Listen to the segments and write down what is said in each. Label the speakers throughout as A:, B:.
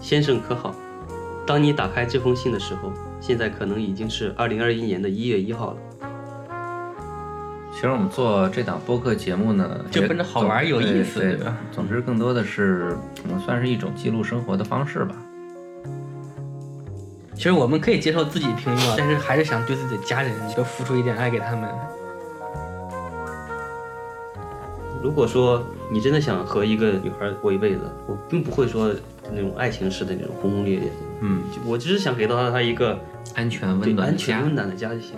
A: 先生可好？当你打开这封信的时候，现在可能已经是二零二一年的一月一号了。
B: 其实我们做这档播客节目呢，
C: 就
B: 也
C: 奔着好
B: 总
C: 玩儿有
B: 对
C: 意思
B: 对
C: 对吧
B: 总之，更多的是可能算是一种记录生活的方式吧。
C: 其实我们可以接受自己平庸啊，但是还是想对自己的家人多付出一点爱给他们。
A: 如果说你真的想和一个女孩过一辈子，我并不会说那种爱情式的那种轰轰烈烈，
B: 嗯，
A: 就我只是想给到她一个
B: 安全
A: 对
B: 温暖的
A: 安全
B: 家。
A: 温暖的家就行。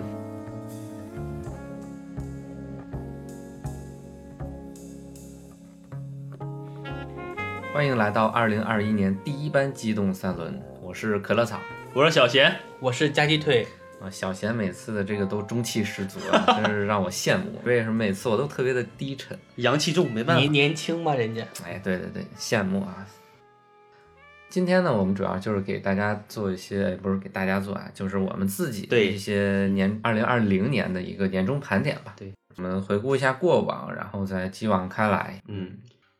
B: 欢迎来到二零二一年第一班机动三轮，我是可乐草。
D: 我是小贤，
C: 我是夹鸡腿，
B: 啊，小贤每次的这个都中气十足啊，真是让我羡慕。为什么每次我都特别的低沉？
A: 阳气重，没办
C: 年
A: 法。
C: 年轻嘛，人家
B: 哎，对对对，羡慕啊！今天呢，我们主要就是给大家做一些，不是给大家做啊，就是我们自己的
A: 对
B: 一些年二零二零年的一个年终盘点吧。
A: 对，
B: 我们回顾一下过往，然后再继往开来。
A: 嗯，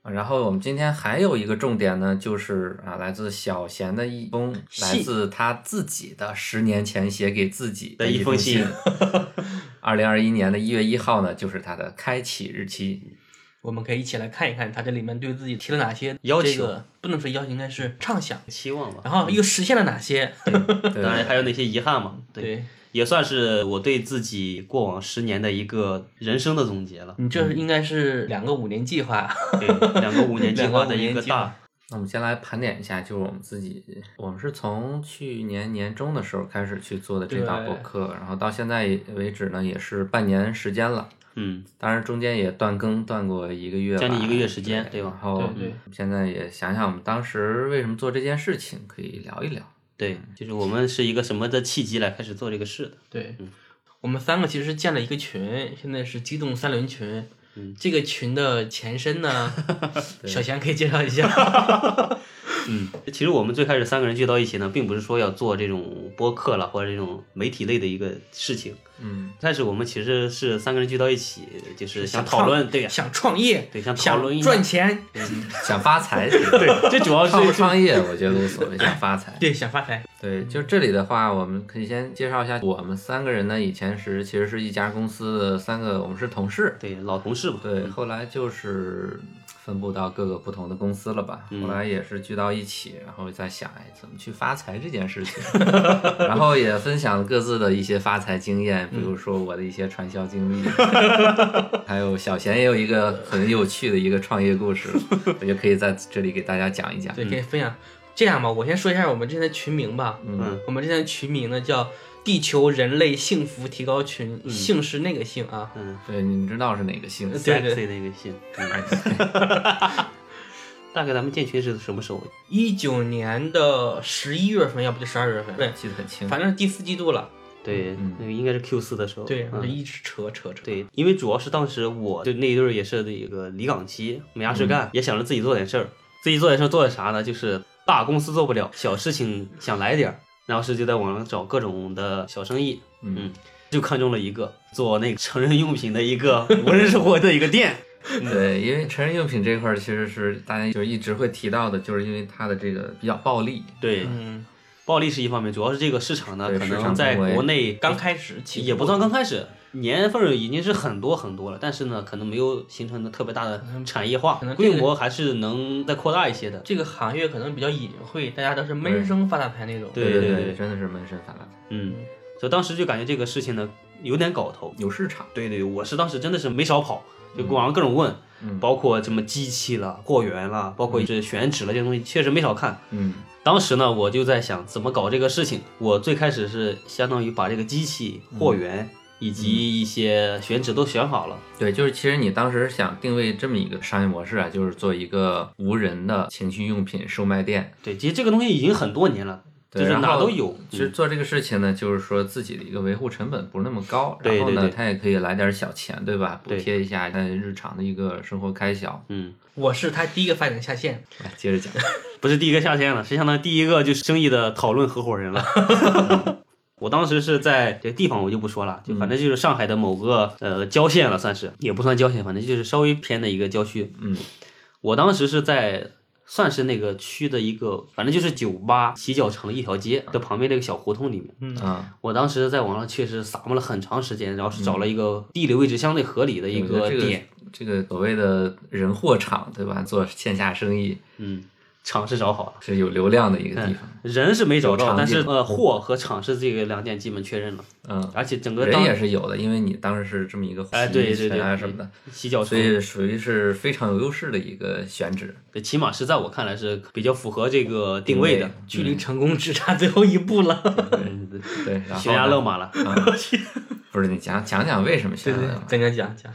B: 啊然后我们今天还有一个重点呢，就是啊，来自小贤的一封来
C: 信
B: 自他自己的十年前写给自己
A: 的一
B: 一封
A: 封信。
B: 二零二一年的一月一号呢，就是他的开启日期。
C: 我们可以一起来看一看他这里面对自己提了哪些
A: 要求
C: 这个不能说要求，应该是畅想，
A: 期望吧。
C: 然后又实现了哪些？
B: 对
A: 当然还有那些遗憾嘛，对，
C: 对
A: 也算是我对自己过往十年的一个人生的总结了。
C: 你这应该是两个五年计划，
A: 对，两个五年计划的一个
C: 两个五年
A: 大，
B: 那我们先来盘点一下，就是我们自己，我们是从去年年中的时候开始去做的这档
C: 对
B: 播客，然后到现在为止呢，也是半年时间了。
A: 嗯，
B: 当然中间也断更断过一个月吧，
A: 将近一个月时间
B: 对
A: 对吧
B: 然后
C: 对对
B: 现在也想想我们当时为什么做这件事情，可以聊一聊。
A: 对，就是我们是一个什么的契机来开始做这个事的？
C: 对
A: 嗯，
C: 我们三个其实建了一个群，现在是机动三轮群。
A: 嗯
C: 这个群的前身 呢，小贤可以介绍一下。
A: 嗯，其实我们最开始三个人聚到一起呢，并不是说要做这种播客了或者这种媒体类的一个事情，
B: 嗯，
A: 但是我们其实是三个人聚到一起，就是想
C: 创
A: 讨论，对呀、
C: 想创业，
A: 对想讨
C: 想
A: 论一下
C: 赚钱，
B: 想发财，对，
A: 这主要
B: 创不
A: 是
B: 创业，我觉得无所谓，想发财。
C: 对，想发财。
B: 对，就这里的话，我们可以先介绍一下，我们三个人呢，以前是其实是一家公司的三个，我们是同事。
A: 对老同事嘛，
B: 对，后来就是分布到各个不同的公司了吧。后
C: 嗯
B: 来也是聚到一起，然后再想，哎，怎么去发财这件事 情。 然后也分享各自的一些发财经验，比如
C: 嗯
B: 说我的一些传销经 历，还有小贤也有一个很有趣的一个创业故事，我也可以在这里给大家讲一讲。
C: 对，可以分享。这样吧，我先说一下我们之前的群名吧。
A: 嗯，
C: 我们之前的群名呢叫“地球人类幸福提高群”，幸是那个幸啊。
A: 嗯
B: 对，你知道是哪个姓？
C: 对对
A: ，sexy 那个信，嗯
B: 哎
A: 大概咱们建群是什么时候？
C: 一九年的十一月份，要不就十二月份，对，
B: 记得很
A: 嗯
B: 清。
C: 反正是第四季度了。
A: 对，那个应该是 Q 四的时候。
C: 对，我
A: 嗯
C: 就一直扯扯扯。
A: 对，因为主要是当时我就那一对儿也是那个离岗期，没啥事
C: 嗯
A: 干，也想着自己做点事儿。自己做点事儿做点啥呢？就是大公司做不了，小事情想来点儿，然后是就在网上找各种的小生意，嗯，就看中了一个做那个成人用品的一个无人生活的一个 店。
B: 对，因为成人用品这一块儿其实是大家就一直会提到的，就是因为它的这个比较暴力。
A: 对，
C: 嗯，
A: 暴利是一方面，主要是这个市场呢，
B: 对
A: 可
B: 市场
A: 能在
B: 氛围
A: 国内
C: 刚开始起
A: 也不算刚开始，年份儿已经是很多很多了，但是呢，可能没有形成的特别大的产业化
C: 可能，这个
A: 规模还是能再扩大一些的。
C: 这个行业可能比较隐晦，大家都是闷声发大财那种。
A: 对
B: 对
A: 对
B: 对
A: 对
B: 真的是闷声发大财，
A: 嗯，所以当时就感觉这个事情呢有点搞头。
B: 有市场。
A: 对对，我是当时真的是没少跑，就网上各种问，
B: 嗯
A: 包括什么机器啦、货源啦，包括这选址了这些东西，确实没少看。
B: 嗯
A: 当时呢，我就在想怎么搞这个事情。我最开始是相当于把这个机器、
B: 嗯
A: 货源以及一些选址都选好了。，
B: 对，就是其实你当时想定位这么一个商业模式啊，就是做一个无人的情趣用品售卖店。
A: 对，其实这个东西已经很多年了，就
B: 对
A: 是
B: 然
A: 哪
B: 后
A: 都有。嗯
B: 其实做这个事情呢，就是说自己的一个维护成本不是那么高，
A: 对
B: 然后呢，
A: 对对
B: 它也可以来点小钱，对吧？补
A: 对
B: 贴一下它日常的一个生活开销。
A: 嗯，
C: 我是他第一个发展下线，
B: 来，接着讲。
A: 不是第一个下线了，是相当于第一个就是生意的讨论合伙人 了。我当时是在这地方，我就不说了，就反正就是上海的某个呃郊县了，算是也不算郊县，反正就是稍微偏的一个郊区。
B: 嗯，
A: 我当时是在算是那个区的一个，反正就是酒吧洗脚城一条街的旁边那个小胡同里面。
B: 啊，
A: 我当时在网上确实撒摸了很长时间，然后是找了一个地理位置相对合理的一
B: 嗯我觉得
A: 个
B: 这
A: 点，
B: 这个所谓的人货场，对吧？做线下生意
A: 嗯，场是找好了。
B: 是有流量的一
A: 嗯
B: 个地方，
A: 人是没找
B: 有
A: 到，
B: 场
A: 但是
B: 景
A: 呃，货和场是这个两点基本确认了，
B: 嗯，
A: 而且整个
B: 人
A: 当
B: 也是有的，因为你当时是这么一个
A: 哎对对对
B: 啊
A: 对
B: 什么的，
A: 洗脚
B: 所
A: 城，
B: 以属于是非常有优势的一个选址。
A: 对起码是在我看来是比较符合这个定位的，
C: 距离成功只差最后一步了。
A: 嗯，
B: 对，然后
A: 悬崖勒
B: 呢
A: 马了。
B: 啊，不是你讲讲讲为什么 选择
C: 咱讲讲讲，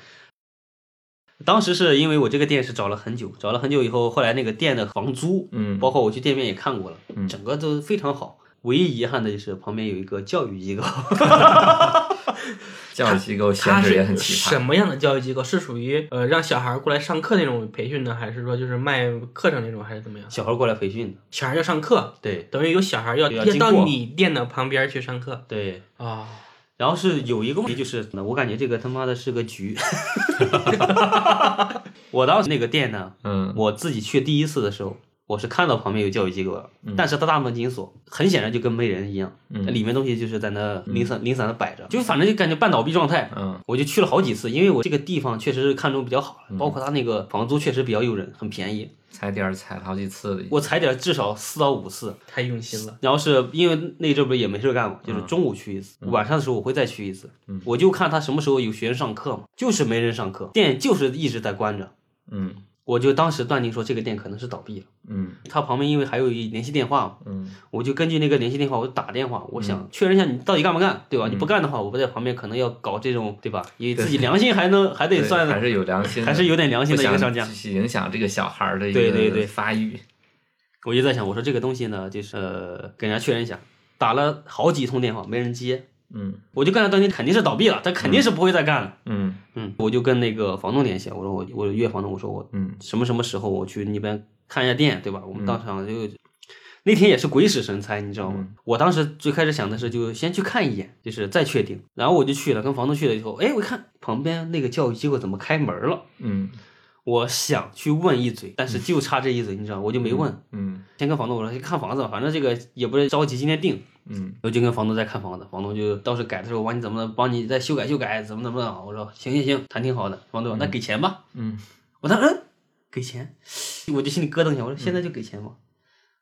A: 当时是因为我这个店是找了很久，找了很久以后，后来那个店的房租，
B: 嗯，
A: 包括我去店面也看过了，
B: 嗯
A: 整个都非常好。唯一遗憾的就是旁边有一个教育机 构，
B: 教育机构选
C: 它
B: 址也很
C: 是
B: 奇
C: 什
B: 葩。
C: 么样的教育机构？是属于呃让小孩过来上课那种培训呢，还是说就是卖课程那种，还是怎么样？
A: 小孩过来培训的。
C: 小孩要上课，
A: 对
C: 等于有小孩要
A: 对要
C: 要
A: 经过
C: 到你店的旁边去上课
A: 对，
C: 啊。
A: 然后是有一个问题，就是我感觉这个他妈的是个局。 我当时那个店呢，
B: 嗯，
A: 我自己去第一次的时候，我是看到旁边有教育机构的，但是它大门紧锁，很显然就跟没人一样，里面东西就是在那零散、零散的摆着，就反正就感觉半倒闭状态。
B: 嗯，
A: 我就去了好几次，因为我这个地方确实是看中比较好了，包括它那个房租确实比较诱人，很便宜，
B: 踩点儿踩了好几次了。
A: 我踩点儿至少四到五次。
C: 太用心了，
A: 然后是因为那阵儿不是也没事儿干嘛，就是
B: 嗯
A: 中午去一次，晚上的时候我会再去一次。我就看他什么时候有学生上课嘛，就是没人上课，店就是一直在关着。
B: 嗯
A: 我就当时断定说这个店可能是倒闭了。
B: 嗯
A: 他旁边因为还有一联系电话嘛，
B: 嗯
A: 我就根据那个联系电话我就打电话，我想确认一下你到底干不干，
B: 嗯
A: 对吧？你不干的话，我不在旁边可能要搞这种，对吧？因为自己良心还能 还得
B: 对还
A: 算，
B: 是有良心的，
A: 还是有点良心的一
B: 不
A: 个
B: 想
A: 商家。
B: 去影响这个小孩儿的一
A: 对对
B: 个
A: 对
B: 发育。
A: 我就在想，我说这个东西呢，就是呃，跟人家确认一下，打了好几通电话没人接，
B: 嗯
A: 我就干了当天肯定是倒闭了，他肯定是不会再干了。
B: 嗯
A: 嗯，我就跟那个房东联系，我说我我约房东，我说我
B: 嗯
A: 什么什么时候我去那边看一下店，对吧？我们当场就、那天也是鬼使神差，你知道吗？我当时最开始想的是就先去看一眼，就是再确定。然后我就去了，跟房东去了以后，哎，我一看旁边那个教育机构怎么开门了，
B: 嗯
A: 我想去问一嘴，但是就差这一嘴，你知道吗，我就没问。
B: 嗯
A: 先跟房东我说去看房子吧，反正这个也不是着急今天定，
B: 嗯
A: 我就跟房东在看房子，房东就当时改的时候，我帮你怎么的，帮你再修改修改，怎么怎么的。我说行行行，谈挺好的。房东说那给钱吧。
B: 嗯
A: 我当时嗯，给钱，我就心里咯噔一下，我说现在就给钱吧。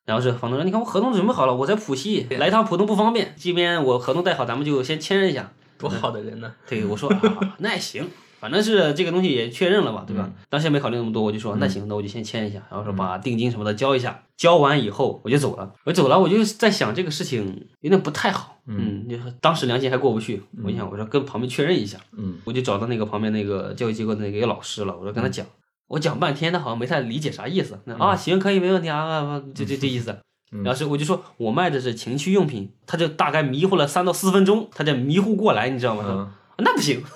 A: 然后是房东说，你看我合同准备好了，我在浦西，来趟浦东不方便，这边我合同带好，咱们就先确认一下。
C: 多好的人呢！
B: 嗯
A: 对，我说啊，那也行，反正是这个东西也确认了嘛，对
B: 嗯
A: 吧？当时也没考虑那么多，我就说那行，那我就先签一下，然后说把定金什么的交一下，交完以后我就走了。我走了，我就在想这个事情有点不太好，嗯，就是当时良心还过不去，我就想我说跟旁边确认一下，
B: 嗯，
A: 我就找到那个旁边那个教育机构的那个老师了，我说跟他讲。我讲半天，他好像没太理解啥意思。
B: 嗯
A: 那啊，行，可以，没问题啊啊，啊就就这意思。然后是我就说我卖的是情趣用品，他就大概迷糊了三到四分钟，他才迷糊过来，你知道吗？他说
B: 嗯
A: 那不行。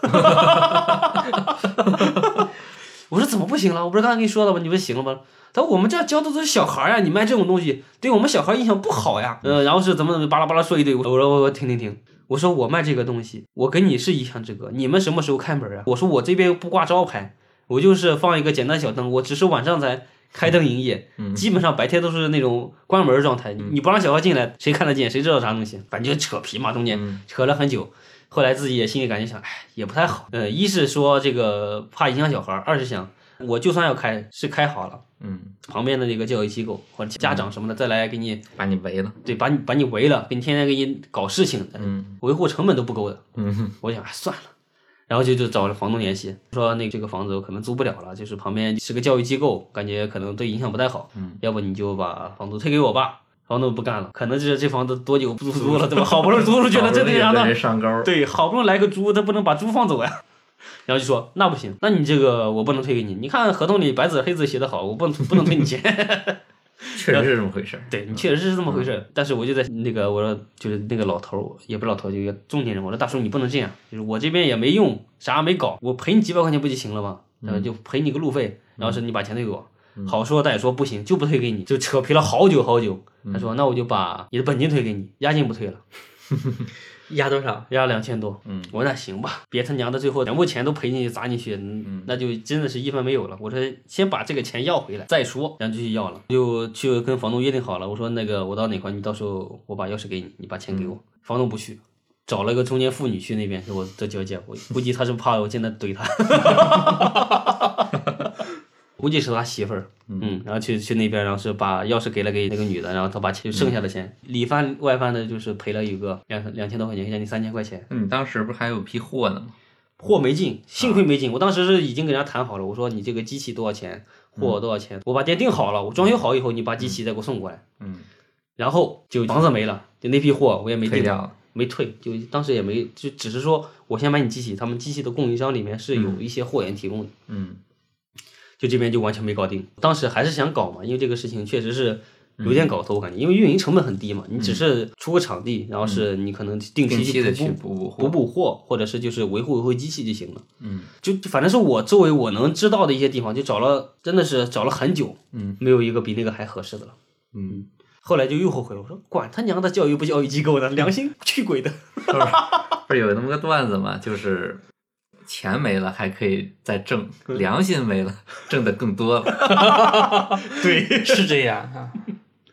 A: 我说怎么不行了？我不是刚才跟你说了吗？你不是行了吗？他说我们这教的都是小孩儿呀，你卖这种东西对我们小孩儿影响不好呀。呃，然后是怎么怎么巴拉巴拉说一堆。我说我我停停停，我说我卖这个东西，我跟你是一样这个，你们什么时候开门啊？我说我这边不挂招牌，我就是放一个简单小灯，我只是晚上才开灯营业，基本上白天都是那种关门状态。你你不让小孩进来，谁看得见？谁知道啥东西？反正就扯皮嘛，中间扯了很久。后来自己也心里感觉想，哎，也不太好。呃，一是说这个怕影响小孩儿，二是想我就算要开，是开好了，
B: 嗯，
A: 旁边的这个教育机构或者家长什么的再来给你，
B: 把你围了。
A: 对，把你把你围了，给你天天给你搞事情，
B: 嗯
A: 维护成本都不够的。
B: 嗯
A: 我想、哎、算了，然后就就找了房东联系，说那个这个房子我可能租不了了，就是旁边是个教育机构，感觉可能对影响不太好，
B: 嗯，
A: 要不你就把房租退给我吧。房东不干了，可能就是这房子多久不租了，对吧？好不容易租出去了，真的让他
B: 人上钩。
A: 对，好不容易来个猪，他不能把猪放走呀。然后就说那不行，那你这个我不能退给你。你看合同里白纸黑字写的好，我不能不能退你钱。
B: 确实是这么回事儿。
A: 对你确实是这么回事儿，但是我就在那个我说就是那个老头儿也不是老头儿，就一个中年人，我说大叔你不能这样，就是我这边也没用，啥也没搞，我赔你几百块钱不就行了吗？然后就赔你个路费，然后是你把钱退给我。好说歹说不行，就不退给你，就扯皮了好久好久。他说：“那我就把你的本金退给你，押金不退了。”
C: 压多少？
A: 压两千多，
B: 嗯
A: 我说那行吧，别他娘的最后全部钱都赔进去砸进去，嗯那就真的是一分没有了。我说先把这个钱要回来再说，然后就去要了，就去跟房东约定好了。我说那个我到哪块，你到时候我把钥匙给你，你把钱给我。房东不去。找了个中间妇女去那边给我做交接，我估计他是怕我现在怼他， 估计是他媳妇儿，嗯，然后去去那边，然后是把钥匙给了给那个女的，然后他把
B: 嗯
A: 钱剩下的钱、里翻外翻的，就是赔了有个两两千多块钱，将近三千块钱，
B: 那你当时不是还有批货呢吗？
A: 货没进，幸
B: 啊
A: 亏没进。我当时是已经跟人家谈好了，我说你这个机器多少钱，
B: 嗯
A: 货多少钱，我把店定好了，我装修好以后你把机器再给我送过来。
B: 嗯，
A: 然后就房子没了，就那批货我也没
B: 退
A: 定，
B: 掉了。
A: 没退，就当时也没，就只是说我先买你机器，他们机器的供应商里面是有一些货源提供的，
B: 嗯
A: 就这边就完全没搞定。当时还是想搞嘛，因为这个事情确实是。有
B: 嗯
A: 点搞头，我感觉，因为运营成本很低嘛，你只是出个场地，然后是你可能定
B: 嗯定
A: 去
B: 期地
A: 补
B: 去
A: 补
B: 补补货
A: 补补货，或者是就是维护维护机器就行了。
B: 嗯
A: 就就反正是我周围我能知道的一些地方，就找了，真的是找了很久，
B: 嗯，
A: 没有一个比那个还合适的了。
B: 嗯，
A: 后来就又后悔了，我说管他娘的教育不教育机构呢，良心去鬼的。
B: 不是有那么个段子吗？就是钱没了还可以再挣，良心没了挣的更多了。
A: 对，
C: 是这样啊，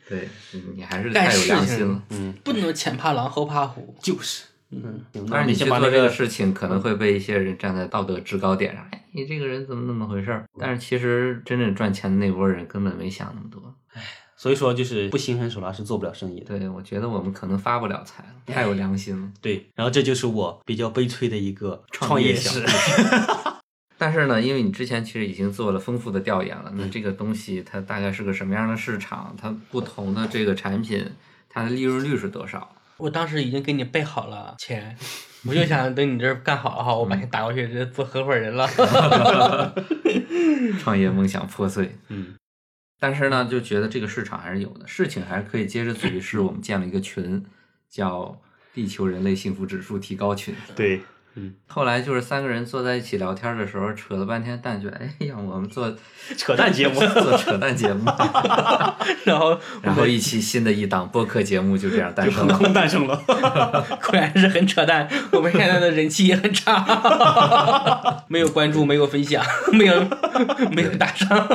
B: 对，你你还是
C: 干
B: 太有
C: 事
B: 良
C: 情
B: 心了。
C: 不能前怕狼后怕虎。
A: 就是，嗯，行
B: 但
A: 那
B: 是你去
A: 先把
B: 做
A: 那嗯
B: 这个事情，可能会被一些人站在道德制高点上，哎，你这个人怎么那么回事儿？但是其实真正赚钱的那波人根本没想那么多。
A: 所以说就是不心狠手辣是做不了生意的。
B: 对，我觉得我们可能发不了财了，太有良心了。
A: 对，然后这就是我比较悲催的一个
B: 创业
A: 业
B: 小
A: 史。
B: 但是呢，因为你之前其实已经做了丰富的调研了，那这个东西它大概是个什么样的市场？它不同的这个产品，它的利润率是多少？
C: 我当时已经给你备好了钱，我就想等你这儿干好了哈，我把你打过去，这做合伙人了。
B: 创业梦想破碎，
A: 嗯
B: 但是呢，就觉得这个市场还是有的，事情还是可以接着做。于是我们建了一个群，叫“地球人类幸福指数提高群”。
A: 对，
B: 后来就是三个人坐在一起聊天的时候，扯了半天蛋卷，哎呀，我们做
A: 扯淡节目
B: 做扯淡节 目，
C: 然后
B: 然后一期新的一档播客节目就这样诞生了。
A: 空诞生 了。
C: 果然是很扯淡，我们现在的人气也很差， 没有关注，没有分享，没有没有打赏。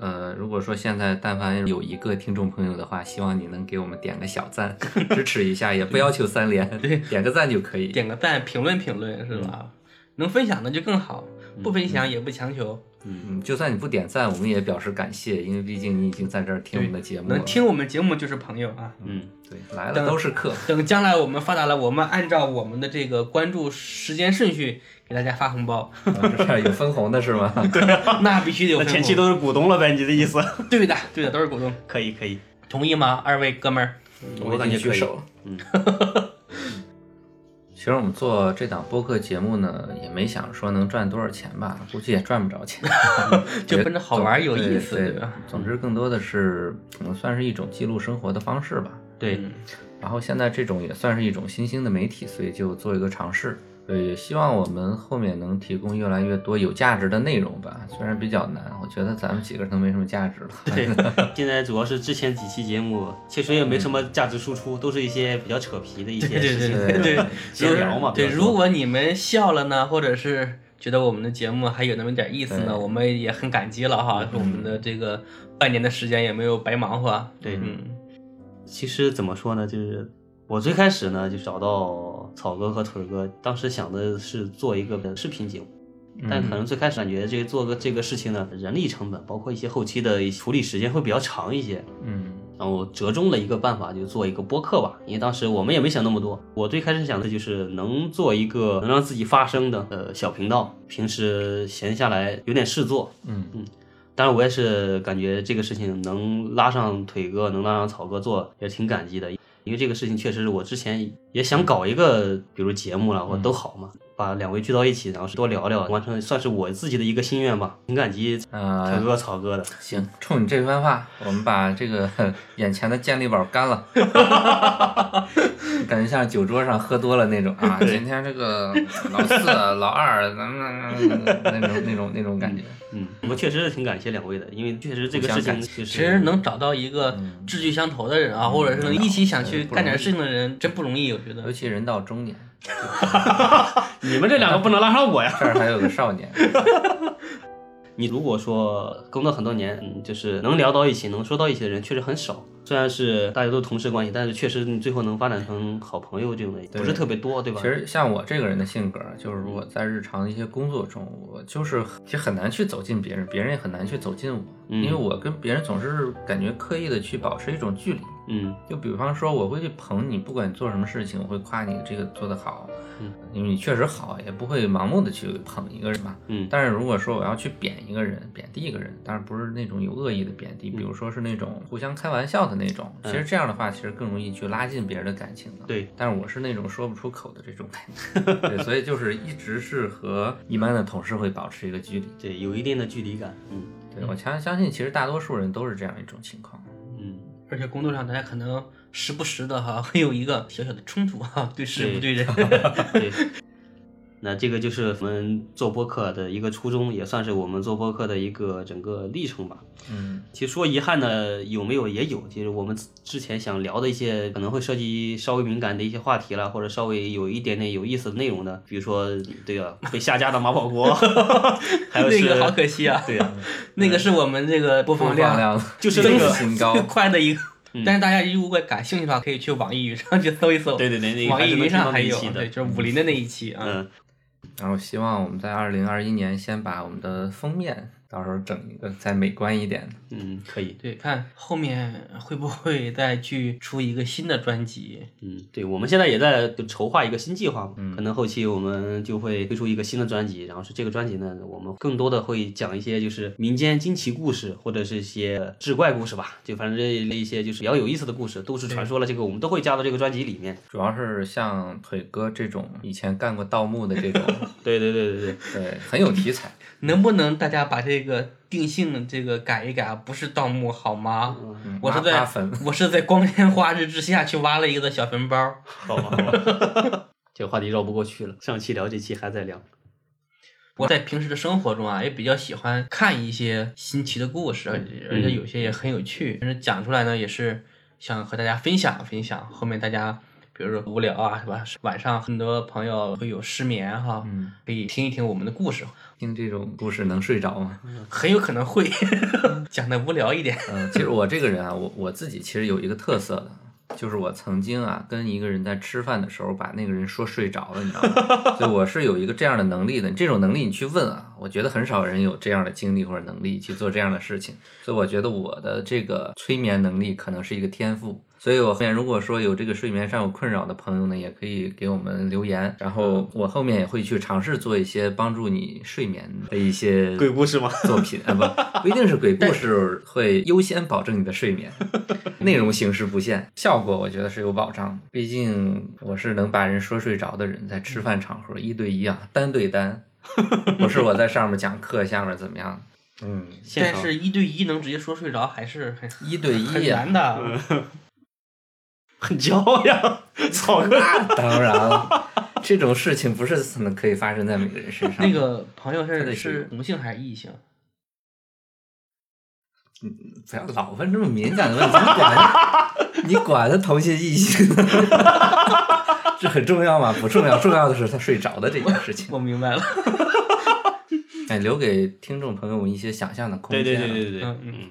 B: 呃，如果说现在但凡有一个听众朋友的话，希望你能给我们点个小赞， 支持一下，也不要求三连，
C: 对
B: 点个赞就可以。
C: 点个赞，评论评论是吧？能分享的就更好，不分享也不强求。
B: 嗯，就算你不点赞，我们也表示感谢，因为毕竟你已经在这儿听我们的节目了。
C: 能听我们节目就是朋友啊。
A: 嗯，
B: 对，来了都是客。
C: 等将来我们发达了，我们按照我们的这个关注时间顺序给大家发红包，
B: 啊这儿有分红的是吗？
C: 那必须得有
A: 那
C: 分
A: 前
C: 红。
A: 期都是股东了呗？你的意思？
C: 对的，对的，都是股东，
A: 可以可以，
C: 同意吗？二位哥们儿，
A: 我感觉
B: 举
A: 可以。
B: 手了。嗯，其实我们做这档播客节目呢，也没想说能赚多少钱吧，估计也赚不着钱，
C: 就奔着好玩儿有
B: 对
C: 意思，
B: 对
C: 吧？
B: 总之，更多的是可能算是一种记录生活的方式吧。
A: 对，
C: 嗯
B: 然后现在这种也算是一种新兴的媒体，所以就做一个尝试。呃，也希望我们后面能提供越来越多有价值的内容吧。虽然比较难，我觉得咱们几个人都没什么价值了。
A: 对， 现在主要是之前几期节目其实也没什么价值输出，都是一些比较扯皮的一些
C: 嗯对对
A: 事情，
C: 对对对，
A: 闲聊嘛。
C: 对，
A: 比较多
C: 如果你们笑了呢，或者是觉得我们的节目还有那么点意思
B: 对
C: 呢，我们也很感激了哈。
A: 嗯
C: 我们的这个半年的时间也没有白忙活。
A: 对
C: 嗯，
A: 其实怎么说呢，就是我最开始呢就找到草哥和腿儿哥，当时想的是做一个视频节目。
B: 嗯
A: 但可能最开始感觉这个做个这个事情呢，人力成本包括一些后期的一些处理时间会比较长一些，
B: 嗯
A: 然后折中了一个办法，就做一个播客吧。因为当时我们也没想那么多，我最开始想的就是能做一个能让自己发声的呃小频道，平时闲下来有点事做。
B: 嗯
A: 当然，我也是感觉这个事情能拉上腿哥，能拉上草哥做，也挺感激的。因为这个事情确实是我之前也想搞一个，比如节目了，或者都好嘛，把两位聚到一起，然后多聊聊，完成算是我自己的一个心愿吧。挺感激
B: 啊、
A: 腿哥、草哥的。
B: 行，冲你这 番话，我们把这个眼前的健力宝干了。 感觉像酒桌上喝多了那种啊，
A: 对
B: 今天这个老四、 老二，咱们那种那种那种感觉。
A: 嗯，我们确实是挺感谢两位的，因为确实这个事情就是
C: 其实能找到一个志趣相投的人
A: 嗯
C: 啊，或者是能一起想去干点事情的人，真不容易。我觉
B: 尤
C: 得
B: 其人到中年，
A: 你们这两个不能拉上我呀。
B: 这儿还有个少
A: 哎
B: 年，
A: 你如果说工作很多年，嗯，就是能聊到一起、能说到一起的人确实很少。虽然是大家都同事关系，但是确实你最后能发展成好朋友这种的不是特别多，对吧？
B: 其实像我这个人的性格，就是我在日常的一些工作中，我就是其实很难去走近别人，别人也很难去走近我，
A: 嗯
B: 因为我跟别人总是感觉刻意的去保持一种距离。
A: 嗯
B: 就比方说，我会去捧你，不管你做什么事情，我会夸你这个做得好，
A: 嗯，
B: 因为你确实好，也不会盲目的去捧一个人嘛。
A: 嗯
B: 但是如果说我要去贬一个人、贬低一个人，当然不是那种有恶意的贬低，比如说是那种互相开玩笑的那种，
A: 嗯
B: 其实这样的话，其实更容易去拉近别人的感情的。
A: 对，
B: 但是我是那种说不出口的这种感觉，对，所以就是一直是和一般的同事会保持一个距离。
A: 对，有一定的距离感。嗯
B: 对我相相信，其实大多数人都是这样一种情况。
A: 嗯，
C: 而且工作上大家可能时不时的哈 会有一个小小的冲突哈，对事不对人。
A: 对。那这个就是我们做播客的一个初衷，也算是我们做播客的一个整个历程吧。
B: 嗯，
A: 其实说遗憾呢，有没有也有，其实我们之前想聊的一些可能会涉及稍微敏感的一些话题了，或者稍微有一点点有意思的内容呢，比如说对啊，被下架的马保国， 还有是
C: 那个好可惜啊，
A: 对啊，
C: 那个是我们这个播
B: 播放
C: 放量
B: 量
A: 就是那个 嗯
B: 新高
C: 最。 快的一个。但是大家如果感兴趣的话，可以去网易云上 去搜一搜。
A: 对对对那个
C: 网易云上还
A: 还是能
C: 有
A: 听到那一期，的
C: 对，就是武林的那一期啊。
A: 嗯，
B: 然后希望我们在二零二一年先把我们的封面到时候整一个再美观一点的。
A: 嗯，可以，
C: 对，看后面会不会再去出一个新的专辑？
A: 嗯，对，我们现在也在筹划一个新计划嘛，可能后期我们就会推出一个新的专辑，然后是这个专辑呢，我们更多的会讲一些就是民间惊奇故事或者是一些志怪故事吧，就反正这一些就是比较有意思的故事，都市传说了，这个我们都会加到这个专辑里面。
B: 主要是像腿哥这种以前干过盗墓的这 种，
A: 对对对对 对，
B: 对，很有题材。
C: 能不能大家把这个定性这个改一改啊？不是盗墓好吗？
A: 嗯
C: 我是
B: 挖挖
C: 在
B: 嗯坟
C: 我是在光天化日之下去挖了一个小坟包。
A: 好吧，好吧， 这个话题绕不过去了，上期聊，这期还在聊。
C: 我在平时的生活中啊，也比较喜欢看一些新奇的故事，而且而且有些也很有趣。但是讲出来呢，也是想和大家分享分享。后面大家比如说无聊啊，是吧？晚上很多朋友会有失眠哈，
B: 嗯，
C: 可以听一听我们的故事，
B: 听这种故事能睡着吗？
C: 很有可能会 讲的无聊一点。
B: 嗯，其实我这个人啊，我我自己其实有一个特色的，就是我曾经啊跟一个人在吃饭的时候把那个人说睡着了，你知道吗？ 所以我是有一个这样的能力的。这种能力你去问啊，我觉得很少人有这样的经历或者能力去做这样的事情。所以我觉得我的这个催眠能力可能是一个天赋。所以我后面如果说有这个睡眠上有困扰的朋友呢，也可以给我们留言，然后我后面也会去尝试做一些帮助你睡眠的一些
A: 鬼故事吗？
B: 作品啊，不不一定是鬼故事，会优先保证你的睡眠，内容形式不限，效果我觉得是有保障的。毕竟我是能把人说睡着的人，在吃饭场合一对一啊，单对单，不是我在上面讲课，下面怎么样？嗯，
A: 现
C: 但
A: 场
C: 是，一对一能直接说睡着，还是很
B: 一对
C: 很
B: 一啊，
C: 难的。
A: 很骄傲呀， 草啊哥。
C: 啊
B: 当然了，这种事情不是可以发生在每个人身上。
C: 那个朋友
B: 他得
C: 是
B: 是
C: 是同性还是异性？
B: 不要老问这么敏感的问题，你管他你管他同性异性 呢，这很重要吗？不重要，重要的是他睡着的这件事情。
C: 我明白了。
B: 哎，留给听众朋友们一些想象的空
A: 对
B: 间。啊
A: 对 对对对对，
C: 嗯嗯
A: 嗯，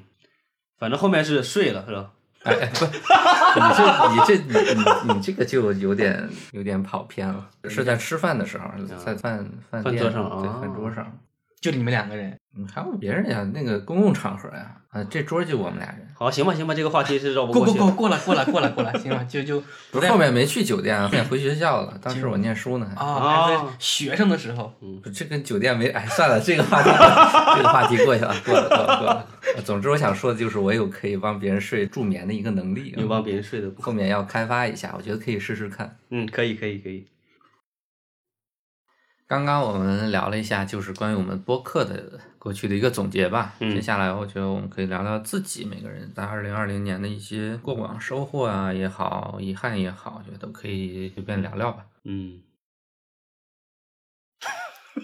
A: 反正后面是睡了是吧？
B: 哎，哎不，你这你这你你你这个就有点有点跑偏了，是在吃饭的时候，在饭饭
A: 嗯饭
B: 店
A: 桌上
B: 对
A: 啊
B: 饭桌上，
C: 就你们两个人，
B: 嗯还有别人呀，那个公共场合呀，啊，这桌就我们俩人。
A: 好，行吧行吧，这个话题是绕不
C: 过
A: 过
C: 过
A: 去
C: 过
A: 了。
C: 过了过了过了过了，行吧，就就
B: 不是后面没去酒店啊，后面回学校了。当时我念书呢，还
C: 啊，还
A: 啊
C: 在学生的时候，
B: 这跟酒店没哎，算了，这个话题这个话题过去了，过了过了过了。总之，我想说的就是，我有可以帮别人睡助眠的一个能力、啊
A: 有帮别人睡的，
B: 后面要开发一下，我觉得可以试试看。
A: 嗯，可以可以可以。
B: 刚刚我们聊了一下，就是关于我们播客的过去的一个总结吧。
A: 嗯
B: 接下来，我觉得我们可以聊聊自己每个人在二零二零年的一些过往收获啊也好，遗憾也好，我觉得都可以随便聊聊吧。
A: 嗯，
B: 就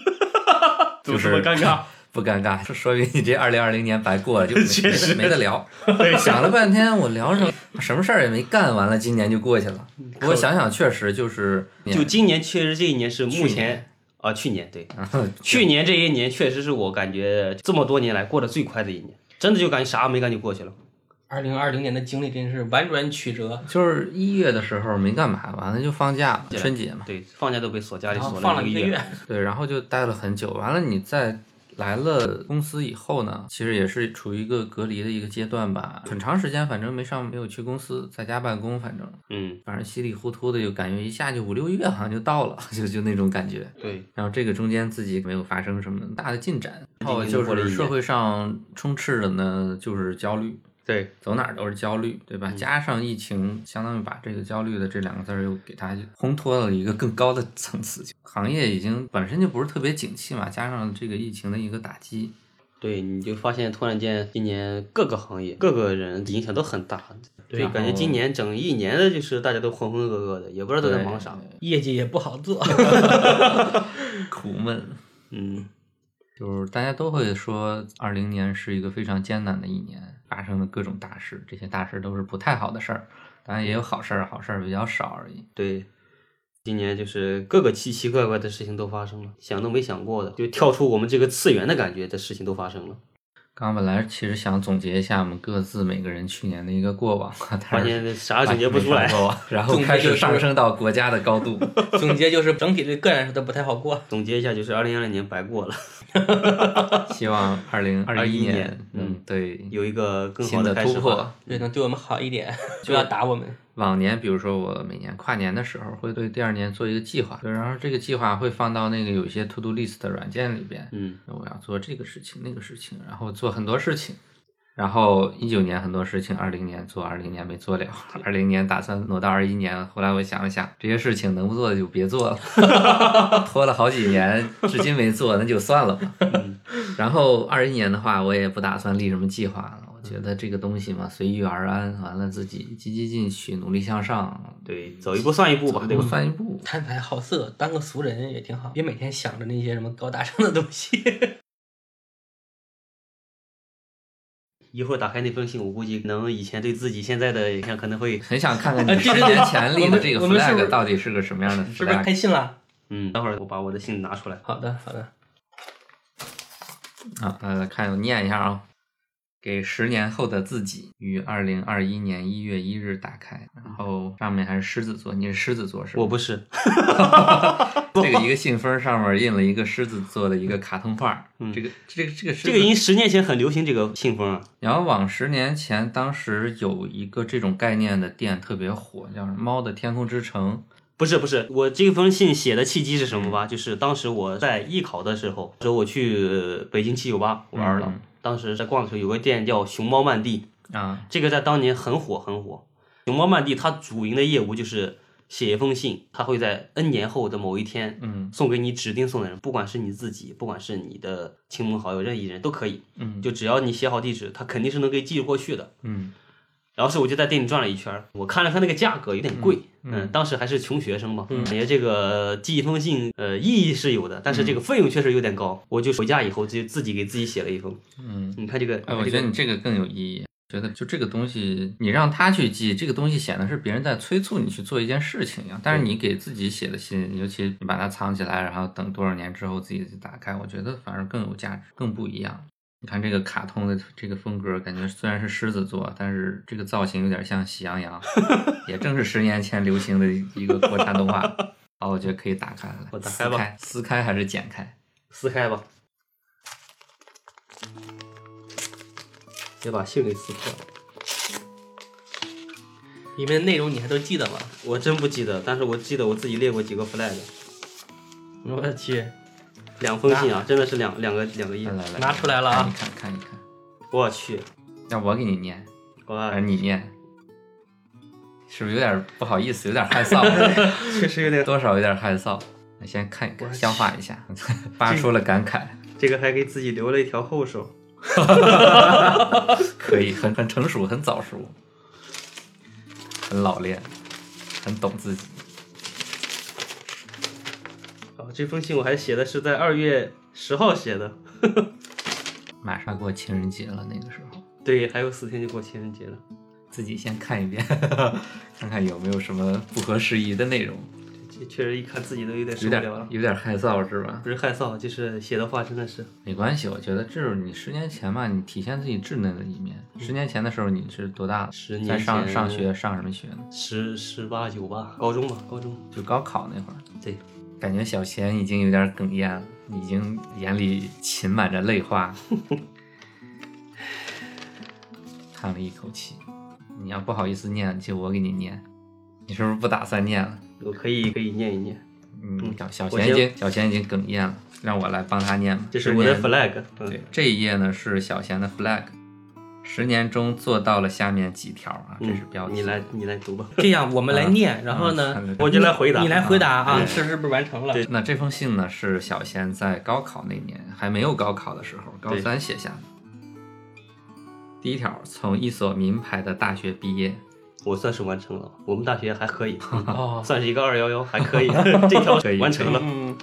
A: 怎么这
B: 是
A: 么尴尬？
B: 不尴尬，说说明你这二零二零年白过了，就
A: 确实
B: 没没得聊。 想了半天，我聊什么什么事儿也没干，完了今年就过去了。不过想想，确实就是
A: 嗯就今年确实这一年是目
B: 去
A: 前啊，去年对，
B: 嗯
A: 去年这一年确实是我感觉这么多年来过得最快的一年，真的就感觉啥没干就过去了。
C: 二零二零年的经历真是婉转曲折，
B: 就是一月的时候没干嘛，完了就放假了，春节嘛。
A: 对，放假都被锁家里
C: 然后
A: 锁
C: 放
A: 了
C: 了一
A: 个
C: 个
A: 月
C: 月。，
B: 对，然后就待了很久。完了，你在来了公司以后呢，其实也是处于一个隔离的一个阶段吧，很长时间，反正没上没有去公司，在家办公，反正
A: 嗯，
B: 反正稀里糊涂的，就感觉一下就五六月好像就到了， 就就那种感觉。
A: 对，
B: 然后这个中间自己没有发生什么大的进展，然后
A: 已经
B: 就
A: 过了一
B: 是
A: 年
B: 社会上充斥的呢就是焦虑，
A: 对，
B: 走哪儿都是焦虑，对
A: 嗯
B: 吧？加上疫情，相当于把这个焦虑的这两个字儿又给它烘托了一个更高的层次。行业已经本身就不是特别景气嘛，加上这个疫情的一个打击，
A: 对，你就发现突然间今年各个行业、各个人影响都很大，
C: 对
A: 就感觉今年整一年的就是大家都浑浑噩噩的，也不知道都在忙啥。
C: 业绩也不好做。
B: 苦闷。
A: 嗯，
B: 就是大家都会说，二零年是一个非常艰难的一年，发生了各种大事，这些大事都是不太好的事儿，当然也有好事儿，好事儿比较少而已。
A: 对，今年就是各个奇奇怪怪的事情都发生了，想都没想过的，就跳出我们这个次元的感觉的事情都发生了。
B: 刚刚本来其实想总结一下我们各自每个人去年的一个过往，啊
A: 发
B: 但是
A: 现 啥总结不出来，
B: 没 过，然后开始上升到国家的高度。
C: 总结就是整体对个人是都不太好过。
A: 总结一下就是二零二零年白过了，
B: 希望二零二
A: 21
B: 一
A: 年
B: 年，嗯，对，
A: 有一个更好
B: 新
A: 的
B: 的
A: 开
B: 突
A: 始
B: 破
A: 吧。。
C: 对，能对我们好一点，就要打我们。
B: 往年，比如说我每年跨年的时候，会对第二年做一个计划，对然后这个计划会放到那个有一些 to do list 的软件里边，
A: 嗯，
B: 我要做这个事情那个事情，然后做很多事情。然后一九年很多事情，二零年做，二零年没做了，二零年打算挪到二一年。后来我想了想，这些事情能不做的就别做 了，拖了好几年，至今没做，那就算了吧。
C: 嗯
B: 然后二一年的话，我也不打算立什么计划了。我觉得这个东西嘛，随遇而安，完了自己积极进取，努力向上，
A: 对，走一步算一步吧，对
B: 多
A: 吧？
B: 翻一 步。
C: 贪财好色，当个俗人也挺好，别每天想着那些什么高大上的东 西。
A: 一会儿打开那封信，我估计能以前对自己现在的影响可能会，
B: 很想 看看你
C: 这
B: 十
C: 是
B: 年前立的这个
C: 我们是不
B: flag
C: 是
B: 到底是个什么样的 flag。
C: 是不是开信了？
A: 嗯，等会儿我把我的信拿出来。
C: 好的，好的。
B: 啊，大家看，我念一下啊、给十年后的自己，于二零二一年一月一日打开，然后上面还是狮子座，你是狮子座是吧？
A: 我不是，
B: 这个一个信封上面印了一个狮子座的一个卡通画儿，这个这个这个
A: 嗯
B: 狮
A: 这
B: 子
A: 个因十年前很流行这个信封啊，
B: 你要往十年前，当时有一个这种概念的店特别火，叫什么“猫的天空之城
A: 不是不是，我这封信写的契机是什么吧？就是当时我在艺考的时候，说我去北京七九八玩了
B: 嗯，
A: 当时在逛的时候有个店叫熊猫漫地，”
B: 啊，
A: 这个在当年很火很火。熊猫漫地它主营的业务就是写一封信，它会在 N 年后的某一天
B: 嗯
A: 送给你指定送的人，不管是你自己，不管是你的亲朋好友，任意人都可以，
B: 嗯
A: 就只要你写好地址，它肯定是能给寄过去的。
B: 嗯
A: 然后是我就在店里转了一圈儿，我看了看那个价格有点贵，嗯，当时还是穷学生嘛，感觉这个寄一封信，呃，意义是有的，但是这个费用确实有点高，我就回家以后就自己给自己写了一封。
B: 嗯，
A: 你看这个，你
B: 哎，我
A: 看
B: 觉
A: 这个
B: 得你这个更有意义。觉得就这个东西，你让他去记，这个东西显得是别人在催促你去做一件事情一样。但是你给自己写的信，尤其你把它藏起来，然后等多少年之后自己打开，我觉得反而更有价值，更不一样。你看这个卡通的这个风格，感觉虽然是狮子座，但是这个造型有点像喜 羊羊，也正是十年前流行的一个国产 动画。好，我觉得可以打开了，
A: 我打
B: 撕
A: 开吧
B: 开，撕开还是剪开？
A: 撕开吧，先把信给撕开了。
C: 里面的内容你还都记得吗？
A: 我真不记得，但是我记得我自己列过几个 flag，
C: 我的去，
A: 两封信啊，真的是两两个两个页
B: 来。来来，
C: 拿出来了啊
B: 看一看，看一看。
A: 我去，
B: 让我给你念。
A: 我
B: 而呃你念，是不是有点不好意思，有点害臊，
A: 确实有点
B: 多少有点害臊？我先看一
A: 我
B: 看，
A: 去
B: 消化一下，发出了感慨，
A: 这个还给自己留了一条后手。
B: 可以，很很成熟，很早熟，很老练，很懂自己。
A: 啊，这封信我还写的是在二月十号写的，
B: 马上过情人节了，那个时候
A: 对，还有四天就过情人节了。
B: 自己先看一遍， 看看有没有什么不合时宜的内容，
A: 这确实一看自己都有点受
B: 有
A: 不
B: 点
A: 了了，
B: 有点害臊是吧？
A: 不是害臊，就是写的话真的是，
B: 没关系，我觉得这是你十年前嘛，你体现自己稚嫩的一面。十年前的时候你是多大？
A: 十年
B: 在上
A: 前
B: 上学上什么学呢？
A: 十十八九吧，高中吧，高中。
B: 就高考那会儿，
A: 对，
B: 感觉小贤已经有点哽咽了，已经眼里噙满着泪花，叹了一口气。你要不好意思念，就我给你念。你是不是不打算念了？
A: 我可以可以念一念，
B: 嗯，小小
A: 我
B: 贤已
A: 先
B: 经小贤已经哽咽了，让我来帮他念吧。
A: 这是我的
B: 十年
A: flag。嗯
B: 对，，这一页呢是小贤的 flag，十年中做到了下面几条啊，这
A: 嗯
B: 是标题。
A: 你来你来读吧，
C: 这样我们来
B: 啊
C: 念，然后
B: 啊
C: 呢，
A: 嗯我就来回答。
C: 你来回答啊，
A: 对
C: 是是不是完成了？
A: 对
B: 那这封信呢是小贤在高考那年还没有高考的时候，高
A: 对
B: 三写下的。第一条，从一所名牌的大学毕业，
A: 我算是完成了，我们大学还 可以，
C: 哦，
A: 算是一个二幺幺，还可以，这条
B: 可以
A: 完成了。
C: 嗯，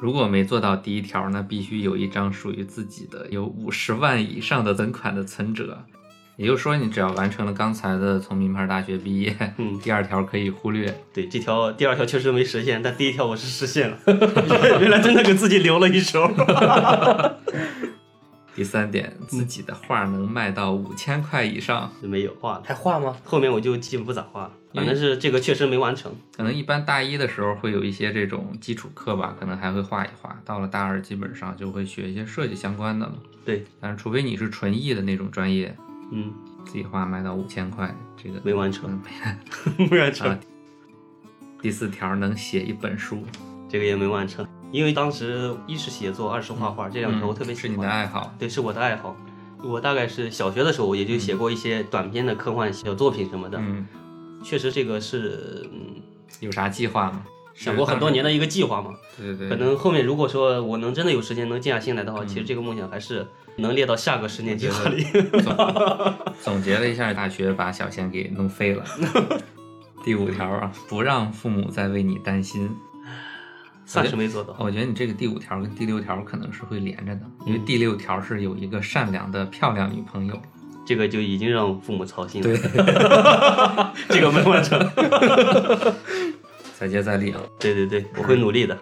B: 如果没做到第一条，那必须有一张属于自己的有五十万以上的存款的存折。也就是说，你只要完成了刚才的从名牌大学毕业，
A: 嗯
B: 第二条可以忽略，
A: 对，这条第二条确实没实现，但第一条我是实现了， 原来真的给自己留了一手。
B: 第三点，自己的画能卖到五千块以上，
A: 没有画，
C: 还画吗？
A: 后面我就基本不咋画了，反正是这个确实没完成。
B: 可能一般大一的时候会有一些这种基础课吧，可能还会画一画。到了大二，基本上就会学一些设计相关的了。
A: 对，
B: 但是除非你是纯艺的那种专业，
A: 嗯，
B: 自己画卖到五千块，这个
A: 没完成，
B: 嗯没
A: 没完
B: 啊
A: 成，
B: 第四条能写一本书，
A: 这个也没完成，因为当时一是写作，二是画画，这两条我特别喜
B: 是你的
A: 欢。
B: 爱好。
A: 嗯对，是我的爱好。我大概是小学的时候，也就写过一些短篇的科幻小作品什么的。
B: 嗯，
A: 确实，这个是嗯
B: 有啥计划吗？
A: 想过很多年的一个计划嘛。
B: 对对对，
A: 可能后面如果说我能真的有时间能静下心来的话，其实这个梦想还是能列到下个十年计划里。
B: 总总结了一下大学，把小贤给弄废了。第五条啊，不让父母再为你担心。
A: 算是没做到。
B: 我觉得你这个第五条跟第六条可能是会连着的，因为
C: 嗯
B: 第六条是有一个善良的漂亮女朋友。
A: 这个就已经让父母操心了。
B: 对，
A: 这个没完成。
B: 再接再厉啊！
A: 对对对，我会努力的。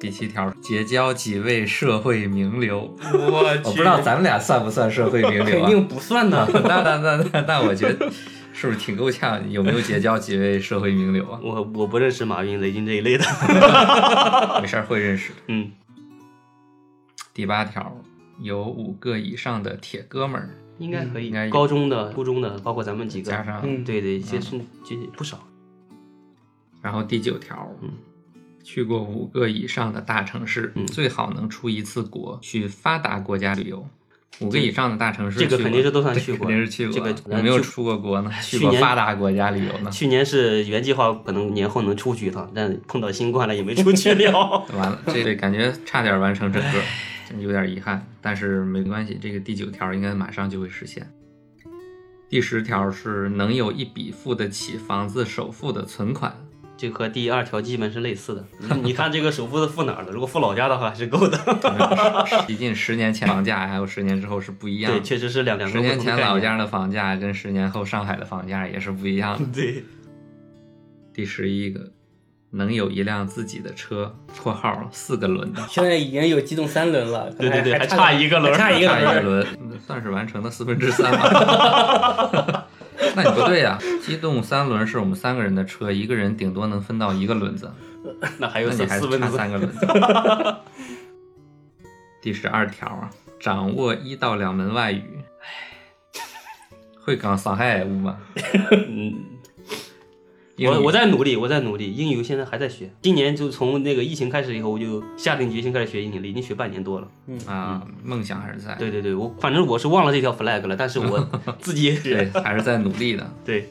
B: 第七条，结交几位社会名流。
C: 我
B: 我不知道咱们俩算不算社会名流
C: 肯
B: 啊？
C: 定不算呢。
B: 那那那那那，我觉得是不是挺够呛？有没有结交几位社会名流啊？
A: 我我不认识马云、雷军这一类的。
B: 没事儿，会认识的。
A: 嗯，
B: 第八条，有五个以上的铁哥们儿，
A: 应该可以。
B: 应该有
A: 高中的、初中的，包括咱们几个，
B: 加上
C: 嗯
A: 对对，其实其实不少。
B: 然后第九条，
A: 嗯
B: 去过五个以上的大城市，
A: 嗯
B: 最好能出一次国，去发达国家旅游。五个以上的大城市去
A: 这
B: 过，
A: 个肯定是都算
B: 对
A: 去过
B: 肯定是去过。
A: 这个
B: 有没有出过国呢？去过
A: 去年
B: 发达国家旅游呢？
A: 去年是原计划，可能年后能出去一趟，但碰到新冠了也没出去了。
B: 完了，这个感觉差点完成整个，真有点遗憾。但是没关系，这个第九条应该马上就会实现。第十条是能有一笔付得起房子首付的存款，
A: 这和第二条基本是类似的。你你看这个首付是付哪儿了？如果付老家的话还是够的。
B: 毕竟十年前房价还有十年之后是 不一样的。
A: 对，确实是两两个
B: 十
A: 不
B: 年
A: 同的
B: 前
A: 概念
B: 老家的房价跟十年后上海的房价也是不一样的。
A: 对，
B: 第十一个，能有一辆自己的车（括号四个轮的
C: 现在已经有机动三轮了，
A: 对对对
C: 还
A: 还差一个轮儿
C: 还差），一个
B: 差一
C: 轮
B: 个
C: 儿。
B: 轮，嗯算是完成了四分之三吧。 那你不对呀、机动三轮是我们三个人的车，一个人顶多能分到一个轮子，
A: 那还
B: 还
A: 有
B: 那你
A: 四
B: 还
A: 四分
B: 差
A: 之
B: 三个轮子。 第十二条啊，掌握一到两门外语，会讲上海话吗？
A: 嗯，
B: 英
A: 我
B: 语
A: 我在努力，我在努力，英语现在还在学。今年就从那个疫情开始以后，我就下定决心开始学英语了，已经学半年多了。
B: 啊，
A: 嗯
B: 梦想还是在，
A: 对对对，我反正我是忘了这条 flag 了，但是我自己
B: 对，还是在努力的。
A: 对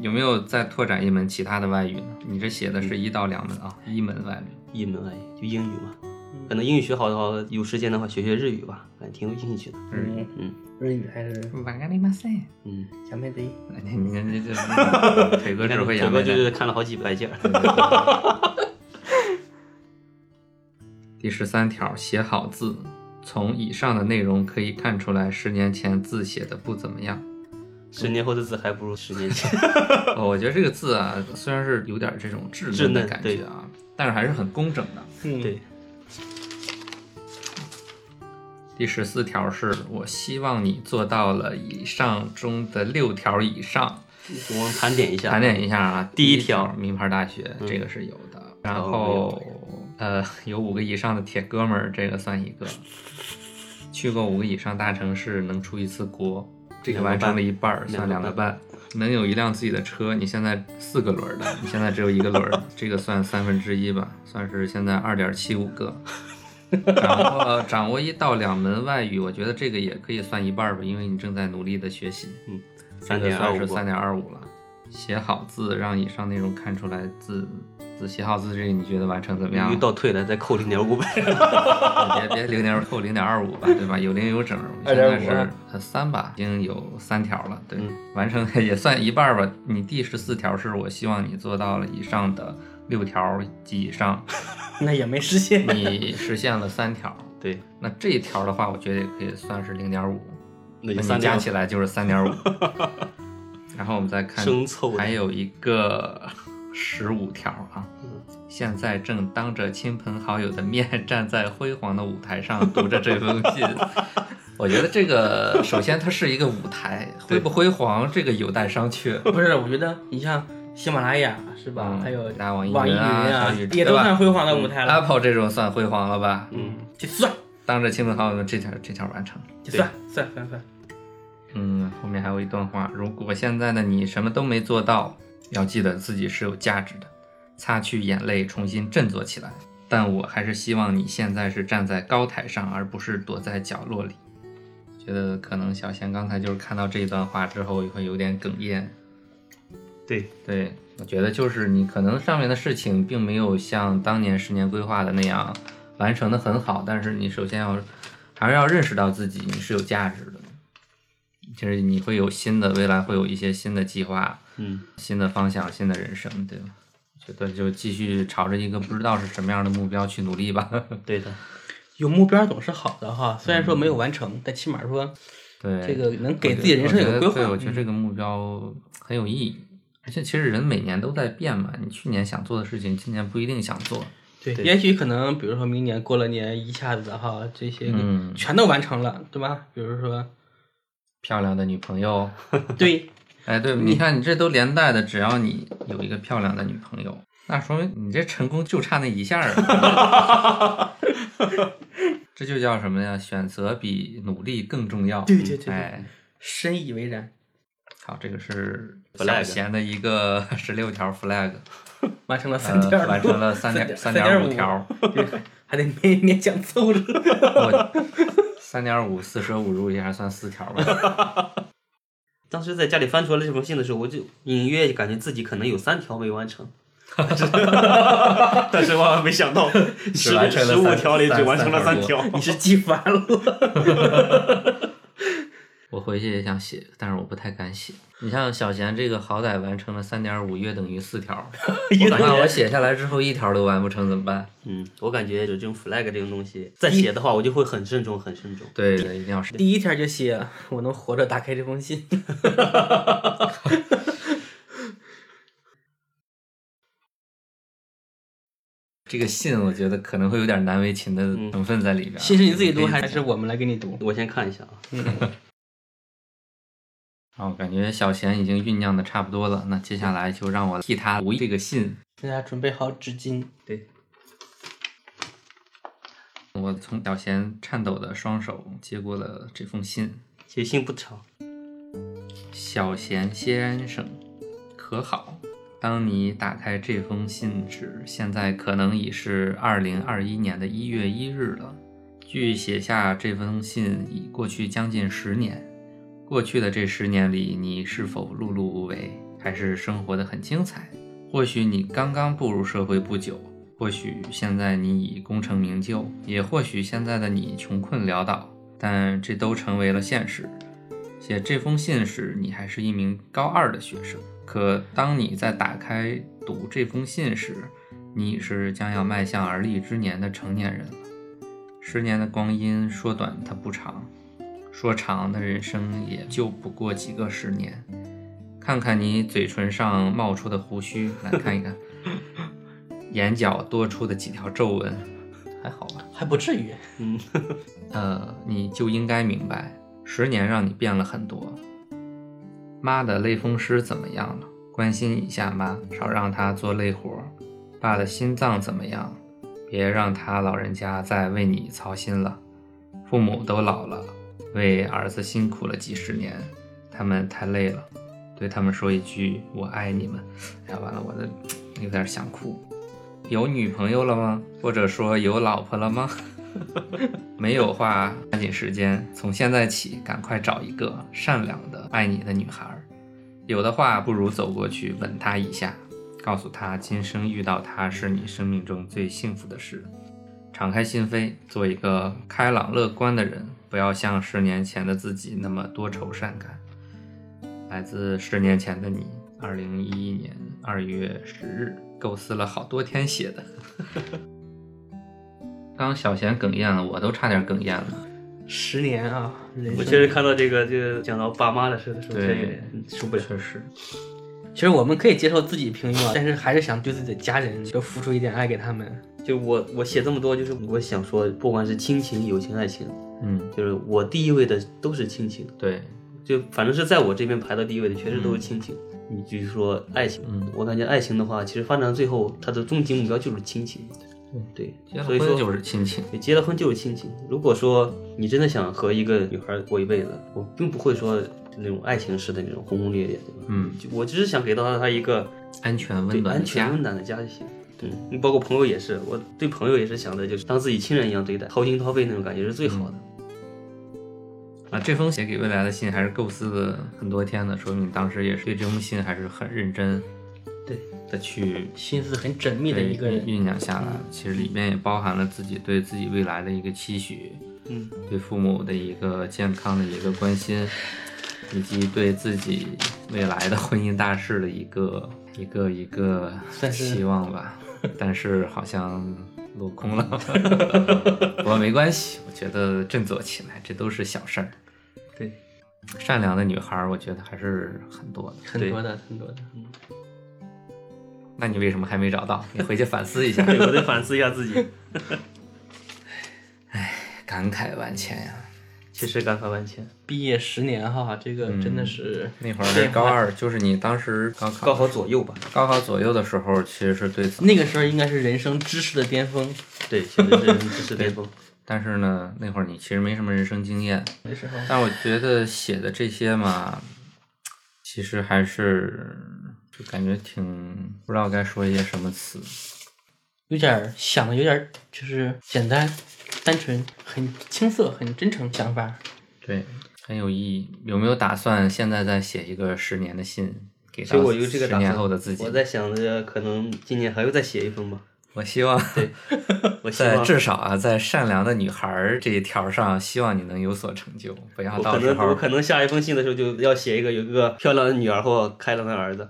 B: 有没有再拓展一门其他的外语呢？你这写的是一到两门啊，一门外语。
A: 一门外语就英语嘛，
C: 嗯
A: 可能英语学好的话，有时间的话学学日语吧，感觉挺有兴趣的。
B: 嗯，
A: 嗯
D: 日语还是
B: 瓦格里马塞，
A: 嗯，
D: 小妹贼？
B: 你你看这 这腿哥只会
A: 整
B: 洋
A: 个
B: 味
A: 就
B: 的。嗯
A: 是看了好几百件儿。
B: 第十三条，写好字。从以上的内容可以看出来，十年前字写的不怎么样。
A: 十年后的字还不如十年 前。
B: 哦，我觉得这个字啊，虽然是有点这种稚
A: 稚
B: 嫩的
A: 嫩
B: 感
A: 对
B: 觉啊，但是还是很工整的。
D: 嗯，
A: 对，
B: 第十四条是我希望你做到了以上中的六条以上。
A: 我们盘点一下，
B: 盘点一下啊，
A: 第一
B: 一条
A: 条
B: 名牌大学、这个是有的，然后呃有五个以上的铁哥们儿，这个算一个。去过五个以上大城市能出一次国，这个
A: 两个
B: 完成
A: 半
B: 了一半儿，算两
A: 两
B: 个
A: 个
B: 半。能有一辆自己的车，你现在四个轮儿的，你现在只有一个轮儿，这个算三分之一吧，算是现在二点七五个。掌握掌握一到两门外语，我觉得这个也可以算一半儿吧，因为你正在努力的学习。
A: 三点二五
B: 三点二五了。写好字，让以上内容看出来字字写好字这个你觉得完成怎么样
A: 又？倒退了，再扣零点五百。
B: 别别零点扣零点二五吧，对吧？有零有 整，现在
D: 2.5
B: 是
D: 啊
B: 呃三吧，已经有三条了，对，
A: 嗯
B: 完成也算一半儿吧。你第十四条是我希望你做到了以上的六条及以上，
D: 那也没实 现。
B: 你实现了三条。
A: 对，
B: 那这一条的话，我觉得也可以算是零点五，
A: 那
B: 那
A: 就
B: 你
A: 三
B: 加
A: 点
B: 起来就是 三点五。然后我们再看
A: 生凑的
B: 还有一个十五条啊。
A: 嗯
B: 现在正当着亲朋好友的面，站在辉煌的舞台上读着这封 信。我觉得这个首先它是一个舞台，辉不辉煌这个有待商榷。
D: 不是，我觉得你像喜马拉雅是吧
B: 嗯，
D: 还有
B: 大网易云啊
D: 网易云
B: 小
D: 啊
B: 宇，
D: 也
B: 对
D: 都
B: 吧嗯啊
D: 算辉煌的舞台了。
B: Apple 这种算辉煌了吧？
A: 嗯，
D: 就算
B: 当着亲朋好友的这条这条完成。
D: 就算算算算，
B: 嗯，后面还有一段话：如果现在的你什么都没做到，要记得自己是有价值的，擦去眼泪，重新振作起来。但我还是希望你现在是站在高台上，而不是躲在角落里。觉得可能小贤刚才就是看到这一段话之后会有点哽咽。
A: 对，
B: 对，我觉得就是你可能上面的事情并没有像当年十年规划的那样完成的很好，但是你首先要还是要认识到自己你是有价值的，就是你会有新的未来，会有一些新的计划、
A: 嗯，
B: 新的方向、新的人生，对吧？我觉得就继续朝着一个不知道是什么样的目标去努力吧。
A: 对的，
C: 有目标总是好的哈，虽然说没有完成，但起码说
B: 对，
C: 这个能
B: 我
C: 给
B: 觉
C: 自己
B: 得
C: 人生有
B: 我
C: 个
B: 觉
C: 规
B: 得
C: 划。嗯
B: 对，我觉得这个目标很有意义。而且其实人每年都在变嘛，你去年想做的事情，今年不一定想做。
C: 对，
A: 对
C: 也许可能比如说明年过了年，一下子哈这些
B: 嗯
C: 全都完成了，对吧？比如说，
B: 漂亮的女朋 友，
C: 对，
B: 哎，对，
D: 嗯
B: 你看你这都连带的，只要你有一个漂亮的女朋友，那说明你这成功就差那一下儿啊。 这就叫什么呀？选择比努力更重要。
D: 对对对对
B: 哎，
D: 深以为然。
B: 好，这个是
A: flag
B: 小贤的一个十六条 flag，
D: 完成了三点
B: 呃，
D: 儿，
B: 完成了三点
D: 三
B: 点
D: 点
B: 五条，
D: 对，还得勉勉强凑着。
B: 三点五四舍五入一下算四条 吧。
A: 当时在家里翻出来这封信的时候，我就隐约感觉自己可能有三条没完 成，但是万万没想到，十
B: 完成
A: 十
B: 了三
A: 五条里只完成了
B: 三
A: 三
B: 条嗯
A: 条。
D: 你是记烦了？
B: 我回去也想写，但是我不太敢写。你像小贤这个，好歹完成了三点五，约等于四 条。
D: 一
B: 那
D: 等
B: 我写下来之后一条都完不成怎么办？
A: 嗯，我感觉有这种 flag 这种东西，再写的话我就会很慎重，很慎重。
B: 对对，一定要是。
D: 第一天就写我能活着打开这封 信。
B: 这个信我觉得可能会有点难为情的成分在里边。
C: 信嗯是你自己读
B: 可以
C: 还是我们来给你读？
A: 我先看一下啊，
B: 然啊后感觉小贤已经酝酿的差不多了，那接下来就让我替他读这个信。
D: 大家准备好纸巾，
B: 我从小贤颤抖的双手接过了这封信。
A: 其实信不长，
B: 小贤先生，可好？当你打开这封信时，现在可能已是二零二一年的一月一日了。距写下这封信已过去将近十年。过去的这十年里，你是否碌碌无为，还是生活的很精彩。或许你刚刚步入社会不久，或许现在你已功成名就，也或许现在的你穷困潦倒，但这都成为了现实。写这封信时，你还是一名高二的学生，可当你在打开读这封信时，你已是将要迈向而立之年的成年人了。十年的光阴，说短它不长，说长的人生也就不过几个十年。看看你嘴唇上冒出的胡须，来看一看，眼角多出的几条皱纹，还好吧？
C: 还不至于。
A: 嗯，
B: 呃，你就应该明白，十年让你变了很多。妈的类风湿怎么样了？关心一下妈，少让她做累活。爸的心脏怎么样？别让他老人家再为你操心了。父母都老了，为儿子辛苦了几十年，他们太累了。对他们说一句“我爱你们”。哎呀，完了，我的有点想哭。有女朋友了吗？或者说有老婆了吗？没有话，抓紧时间，从现在起赶快找一个善良的、爱你的女孩儿。有的话，不如走过去吻她一下，告诉她今生遇到她是你生命中最幸福的事。敞开心扉，做一个开朗乐观的人，不要像十年前的自己那么多愁善感。来自十年前的你，二零一一年二月十日，构思了好多天写的。 刚小贤哽咽了，我都差点哽咽了。
D: 十年啊，人
A: 我
D: 生
A: 确实看到这个，就讲到爸妈的事的时候，确
B: 嗯对
A: 实有点受不了。
B: 确实，
D: 其实我们可以接受自己平庸啊，但是还是想对自己的家人多付出一点爱给他们。
A: 就我我写这么多，就是我想说，不管是亲情、友情、爱情，
B: 嗯，
A: 就是我第一位的都是亲情，
B: 对，
A: 就反正是在我这边排到第一位的，确实都是亲情。你比如说爱情，
B: 嗯
A: 我感觉爱情的话，其实发展到最后，它的终极目标就是亲情。对，
B: 结了
A: 所以
B: 婚
A: 说
B: 就是亲情。
A: 你结了婚就是亲情。如果说你真的想和一个女孩过一辈子，我并不会说那种爱情式的那种轰轰烈烈，对吧？
B: 嗯，
A: 就我只是想给到她一个
B: 安全温
A: 对
B: 暖的
A: 安全
B: 家
A: 温。暖的家就行。对，你包括朋友也是，我对朋友也是想的，就是当自己亲人一样对待，掏心掏肺那种感觉是最好的。
B: 啊，这封写给未来的信还是构思了很多天的，说明当时也是对这封信还是很认真，
D: 对
B: 的去
D: 心思很缜密的
B: 对
D: 一个人，
B: 酝酿下来。其实里面也包含了自己对自己未来的一个期许，
A: 嗯，
B: 对父母的一个健康的一个关心，以及对自己未来的婚姻大事的一个一个一个
D: 算是
B: 期望吧。但是好像落空了，不过没关系，我觉得振作起来，这都是小事儿。
A: 对，
B: 善良的女孩儿，我觉得还是很多的。
C: 很多的，很多的。
D: 嗯
B: 那你为什么还没找到？你回去反思一下，
A: 对，我得反思一下自己，
B: 感慨万千呀、
A: 确实感慨万千。
C: 毕业十年哈，这个真的是
B: 嗯那会儿高二，就是你当时高考
A: 高考左右吧，
B: 高考左右的时候，其实是对自己
D: 那个时候应该是人生知识的巅峰。
A: 对，确实是知识巅峰。
B: 但是呢，那会儿你其实没什么人生经验，
D: 那时候
B: 但我觉得写的这些嘛，其实还是就感觉挺不知道该说一些什么词。
D: 有点儿想的有点儿就是简单、单纯、很青涩、很真诚想法。
B: 对，很有意义。有没有打算现在再写一个十年的信给
A: 所
B: 到
A: 以我有这个
B: 十
A: 打
B: 年
A: 算。
B: 后的自己？
A: 我在想着，可能今年还会再写一封吧。
B: 我希望
A: 对，我希
B: 在
A: 望
B: 至少啊，在善良的女孩儿这一条上，希望你能有所成就，不要
A: 我
B: 到
A: 可
B: 时
A: 能我
B: 候
A: 可能下一封信的时候就要写一个有一个漂亮的女儿或开朗的儿子。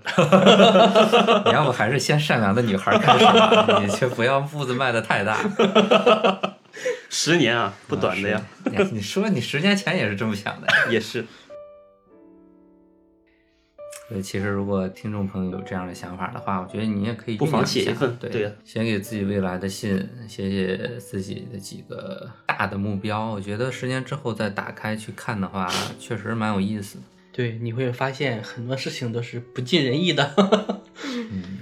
B: 你要不还是先善良的女孩儿开始吧，你却不要步子迈的太大。
A: 十年啊，不短的呀，
B: 你哎你说你十年前也是这么想的呀？
A: 也是。
B: 对，其实如果听众朋友有这样的想法的话，我觉得你也可以
A: 不妨
B: 酝酿
A: 写
B: 下
A: 一份
B: 对，
A: 对呀
B: 写给自己未来的信，写写自己的几个大的目标。我觉得十年之后再打开去看的话，确实蛮有意思的。
D: 对，你会发现很多事情都是不尽人意的。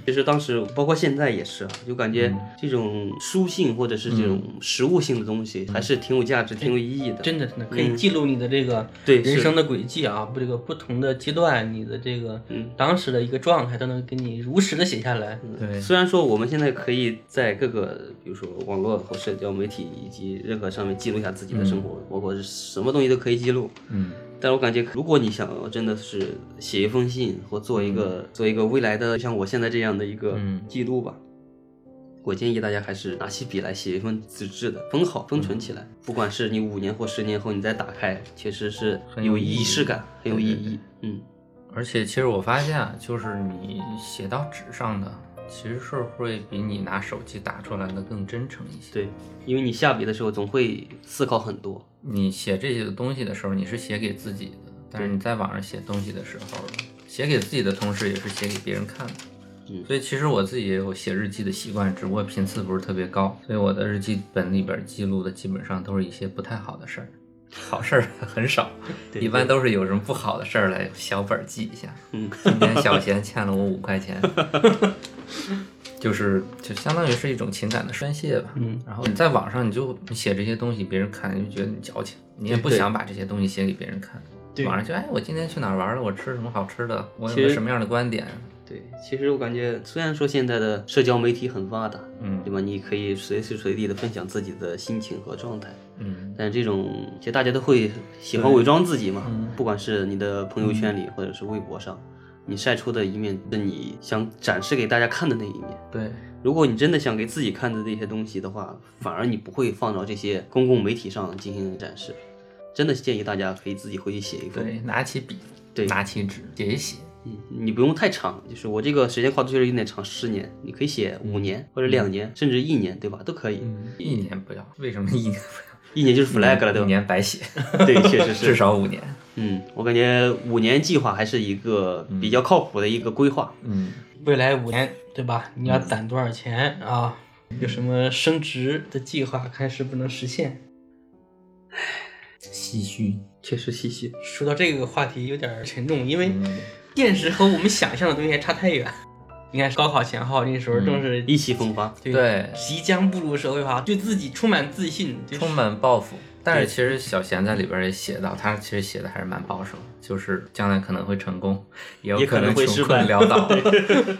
A: 其实当时，包括现在也是啊，就感
B: 嗯
A: 觉这种书信或者是这种实物性的东西，还是挺有价值、挺有意义的。
D: 真的，真的可以记录你的这个
A: 对
D: 人
A: 嗯是
D: 生的轨迹啊，不这个不同的阶段，你的这个当时的一个状态都能给你如实的写下来。
B: 对
A: 虽然说我们现在可以在各个，比如说网络和社交媒体以及任何上面记录一下自己的生活，包括是什么东西都可以记录，
B: 嗯，
A: 但是我感觉，如果你想要真的是写一封信，或做一个、做一个未来的像我现在这样的一个
B: 嗯
A: 记录吧，我建议大家还是拿起笔来写一份纸质的，封好、封
B: 嗯
A: 存起来。不管是你五年或十年后你再打开，确实是
B: 很有
A: 有
B: 意义
A: 仪式感，很有
B: 对
A: 意
B: 对
A: 义。嗯，
B: 而且其实我发现啊，就是你写到纸上的，其实是会比你拿手机打出来的更真诚一些。
A: 对，因为你下笔的时候总会思考很多。
B: 你写这些东西的时候，你是写给自己的，但是你在网上写东西的时候，写给自己的同时，也是写给别人看的。
A: 嗯
B: 所以其实我自己也有写日记的习惯，只不过频次不是特别高，所以我的日记本里边记录的基本上都是一些不太好的事儿， 好事儿很少，
A: 对
B: 一般都是有什么不好的事儿来小本儿记一下。
A: 嗯，
B: 今天小贤欠了我五块钱， 就是就相当于是一种情感的宣泄吧。嗯，然后你在网上你就你写这些东西，别人看就觉得你矫情，你也不
A: 对
B: 想把这些东西写给别人看。
C: 对
B: 网上就哎，我今天去哪儿玩了？我吃什么好吃的？我有
A: 其
B: 个
A: 实
B: 什么样的观点？
A: 对，其实我感觉，虽然说现在的社交媒体很发达，
B: 嗯
A: 对吧？你可以随时随地的分享自己的心情和状态，
B: 嗯，
A: 但这种其实大家都会喜欢伪装自己嘛，不管是你的朋友圈里或者是微博上，你晒出的一面是你想展示给大家看的那一面。
B: 对，
A: 如果你真的想给自己看的那些东西的话，反而你不会放到这些公共媒体上进行展示。真的建议大家可以自己回去写一份
B: 对，拿起笔，
A: 对
B: 拿起纸写一写。
A: 嗯，你不用太长，就是我这个时间跨度确实有点长，十年，你可以写
B: 嗯
A: 五年或者两年，甚至一年，对吧？都可以，
B: 一年不要，为什么一年不
A: 一嗯年就是 flag 了，对
B: 要？嗯一
A: 吧？
B: 年白写，
A: 对，确实
B: 至
A: 是。
B: 少五年。
A: 嗯，我感觉五年计划还是一个比较靠谱的一个规划。
B: 嗯，
C: 未来五年，对吧？你要攒多少钱啊？有什么升职的计划，看是不能实现。
B: 唏嘘。
A: 确实唏嘘。
C: 说到这个话题有点沉重，因为
B: 嗯
C: 现实和我们想象的东西还差太远。你看高考前后那时候正是
A: 意气风发，
B: 嗯对
C: 即将步入社会化，对自己充满自信，对
B: 充满抱负。但是其实小贤在里边也写到，他其实写的还是蛮保守，就是将来可能会成功，也有
A: 也可能会
B: 穷
A: 失
B: 困
A: 败
B: 潦倒。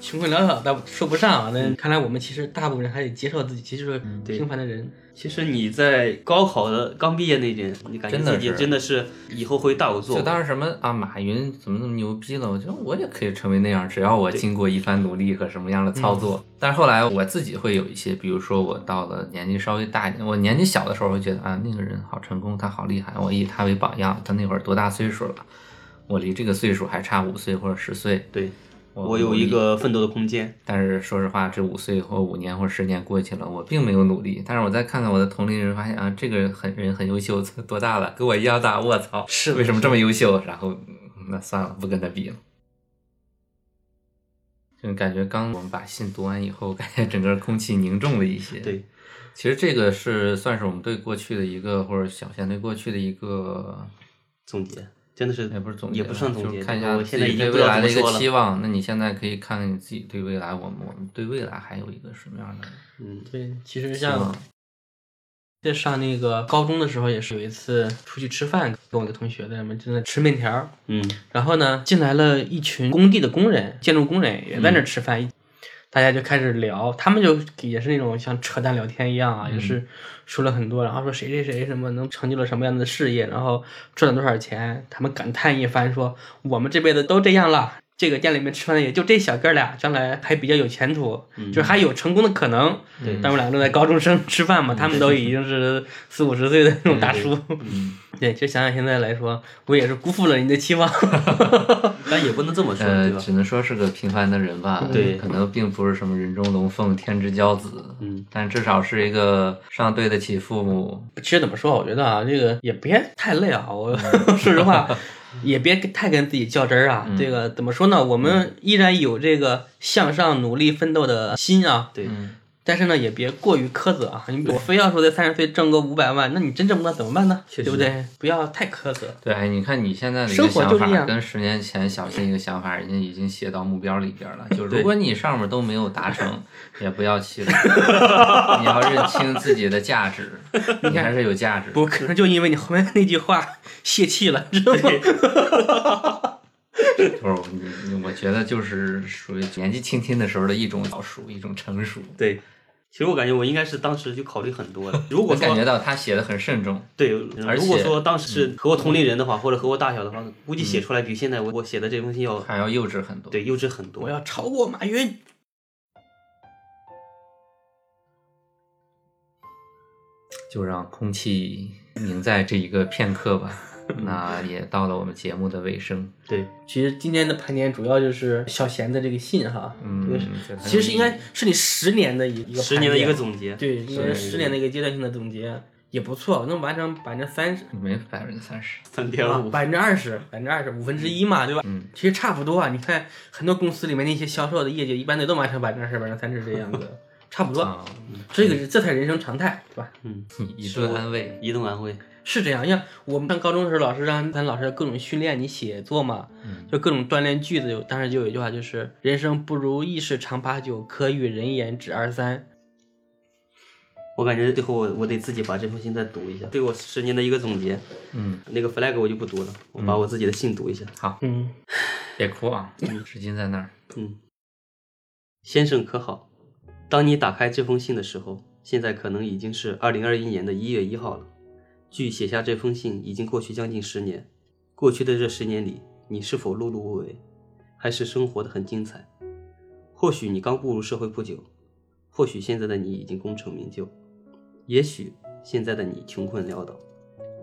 C: 穷困潦倒倒说不上啊。
B: 嗯
C: 那看来我们其实大部分人还得接受自己，其实就是
A: 对
C: 平凡的人。
A: 其实你在高考的刚毕业那年，你感觉
B: 真的
A: 自己
B: 是
A: 真的是以后会大有作
B: 就
A: 为。
B: 当时什么啊，马云怎么那么牛逼了？我觉得我也可以成为那样，只要我经过一番努力和什么样的操作。
A: 嗯
B: 但是后来我自己会有一些，比如说我到了年纪稍微大一点，我年纪小的时候会觉得啊，那个人好成功，他好厉害，我以他为榜样。他那会儿多大岁数了？我离这个岁数还差五岁或者十岁。
A: 对
B: 我
A: 我有
B: 努
A: 一
B: 力
A: 个奋斗的空间，
B: 但是说实话，这五岁或五年或十年过去了，我并没有努力。但是我再看看我的同龄人，发现啊，这个很人很优秀， 多大了，跟我一样大，我操，
C: 是
B: 为什么这么优秀？然后嗯那算了，不跟他比了。就感觉刚我们把信读完以后，感觉整个空气凝重了一些。，
A: 对，
B: 其实这个是算是我们对过去的一个，或者小贤对过去的一个，
A: 总结真的是
B: 也不是总结
A: 也
B: 吧，
A: 不算总
B: 就
A: 结，
B: 是看一
A: 就是
B: 下
A: 我
B: 自
A: 现在
B: 己
A: 已经
B: 对
A: 不
B: 未
A: 知
B: 来
A: 道
B: 的
A: 怎
B: 一
A: 么
B: 个
A: 说
B: 期
A: 了。
B: 望。那你现在可以看看你自己对未来，我们我们对未来还有一个什么样的？
A: 嗯，
C: 对，其实
B: 希
C: 像
B: 望
C: 在上那个高中的时候，也是有一次出去吃饭，跟我一个同学在那边正在吃面条儿，
A: 嗯，
C: 然后呢，进来了一群工地的工人，建筑工人也在那儿吃饭，大家就开始聊，他们就也是那种像扯淡聊天一样啊，也是说了很多，然后说谁谁谁什么能成就了什么样的事业，然后赚了多少钱，他们感叹一番说，我们这辈子都这样了。这个店里面吃饭的也就这小哥俩，将来还比较有前途，就是还有成功的可能。
A: 对
C: 但我们两个正在高中生吃饭嘛，他们都已经是四五十岁的那种大叔。对，其实想想现在来说，我也是辜负了你的期望。
A: 但也不能这么说，
B: 呃
A: 对，吧？
B: 只能说是个平凡的人吧。
A: 对
B: 可能并不是什么人中龙凤天之骄子，
A: 嗯，
B: 但至少是一个上对得起父母。
C: 其实怎么说，我觉得啊，这个也别太累啊。我 说实话，也别太跟自己较真儿啊。这个怎么说呢？我们依然有这个向上、努力、奋斗的心啊。
A: 对
B: 嗯
C: 但是呢，也别过于苛责啊！你我非要说在三十岁挣个五百万，那你真挣不到怎么办呢？对不对？不要太苛责。
B: 对，哎你看你现在的一个
C: 生活
B: 想
C: 就这
B: 法，
C: 样
B: 跟十年前小新一个想法，人家已经写到目标里边了。就是如果你上面都没有达 成，也不要气馁，你要认清自己的价 值，你还是有价值。
C: 不，可能就因为你后面那句话 泄气了，知道吗？
B: 不是你，你我觉得就是属于年纪轻轻的时候的一种早熟，一种成熟。
A: 对，其实我感觉我应该是当时就考虑很多了。如果
B: 我感觉
A: 说
B: 到他写的很慎重，
A: 对，
B: 而
A: 如果
B: 且
A: 说当时是和我同龄人的话，或者和我大小的话，估计写出来比现在我我写的这封信要
B: 还要幼稚很多。
A: 对幼稚很多
C: 我。要超过马云。
B: 就让空气凝在这一个片刻 吧。那也到了我们节目的尾声，
A: 对，
C: 其实今天的盘点主要就是小贤的这个信哈，这
B: 嗯
C: 个是，其实应该是你十年的一一个
A: 十年的
C: 盘
A: 一
C: 点
A: 个总结，
C: 对，应该是十年的一个阶段性的总结也不错，能完成百分之三十。
B: 没百分之三十，
A: 三点
C: 啊
A: 五，
C: 百分之二十，百分之二十，五分之一嘛，对吧？
B: 嗯，
C: 其实差不多啊。你看很多公司里面那些销售的业绩，一般都都完成百分之二十、百分之三十这样 子，差不多。
B: 啊，
C: 这个这才是人生常态，对吧？
B: 一顿安慰，
A: 嗯移动安徽，
C: 是这样，像我们上高中的时候，老师让咱老师各种训练你写作嘛，
B: 嗯
C: 就各种锻炼句子。有当时就有一句话，就是“人生不如意事常八九，可与人言只二三
A: 我感觉最后我我得自己把这封信再读一下，对我十年的一个总结。
B: 嗯，
A: 那个 flag 我就不读了，我把我自己的信读一下。”。
C: 嗯，
B: 别哭啊，纸巾在那儿，
A: 嗯，先生可好？当你打开这封信的时候，现在可能已经是二零二一年的一月一号了。距写下这封信已经过去将近十年。过去的这十年里，你是否碌碌无为，还是生活的很精彩？或许你刚步入社会不久，或许现在的你已经功成名就，也许现在的你穷困潦倒，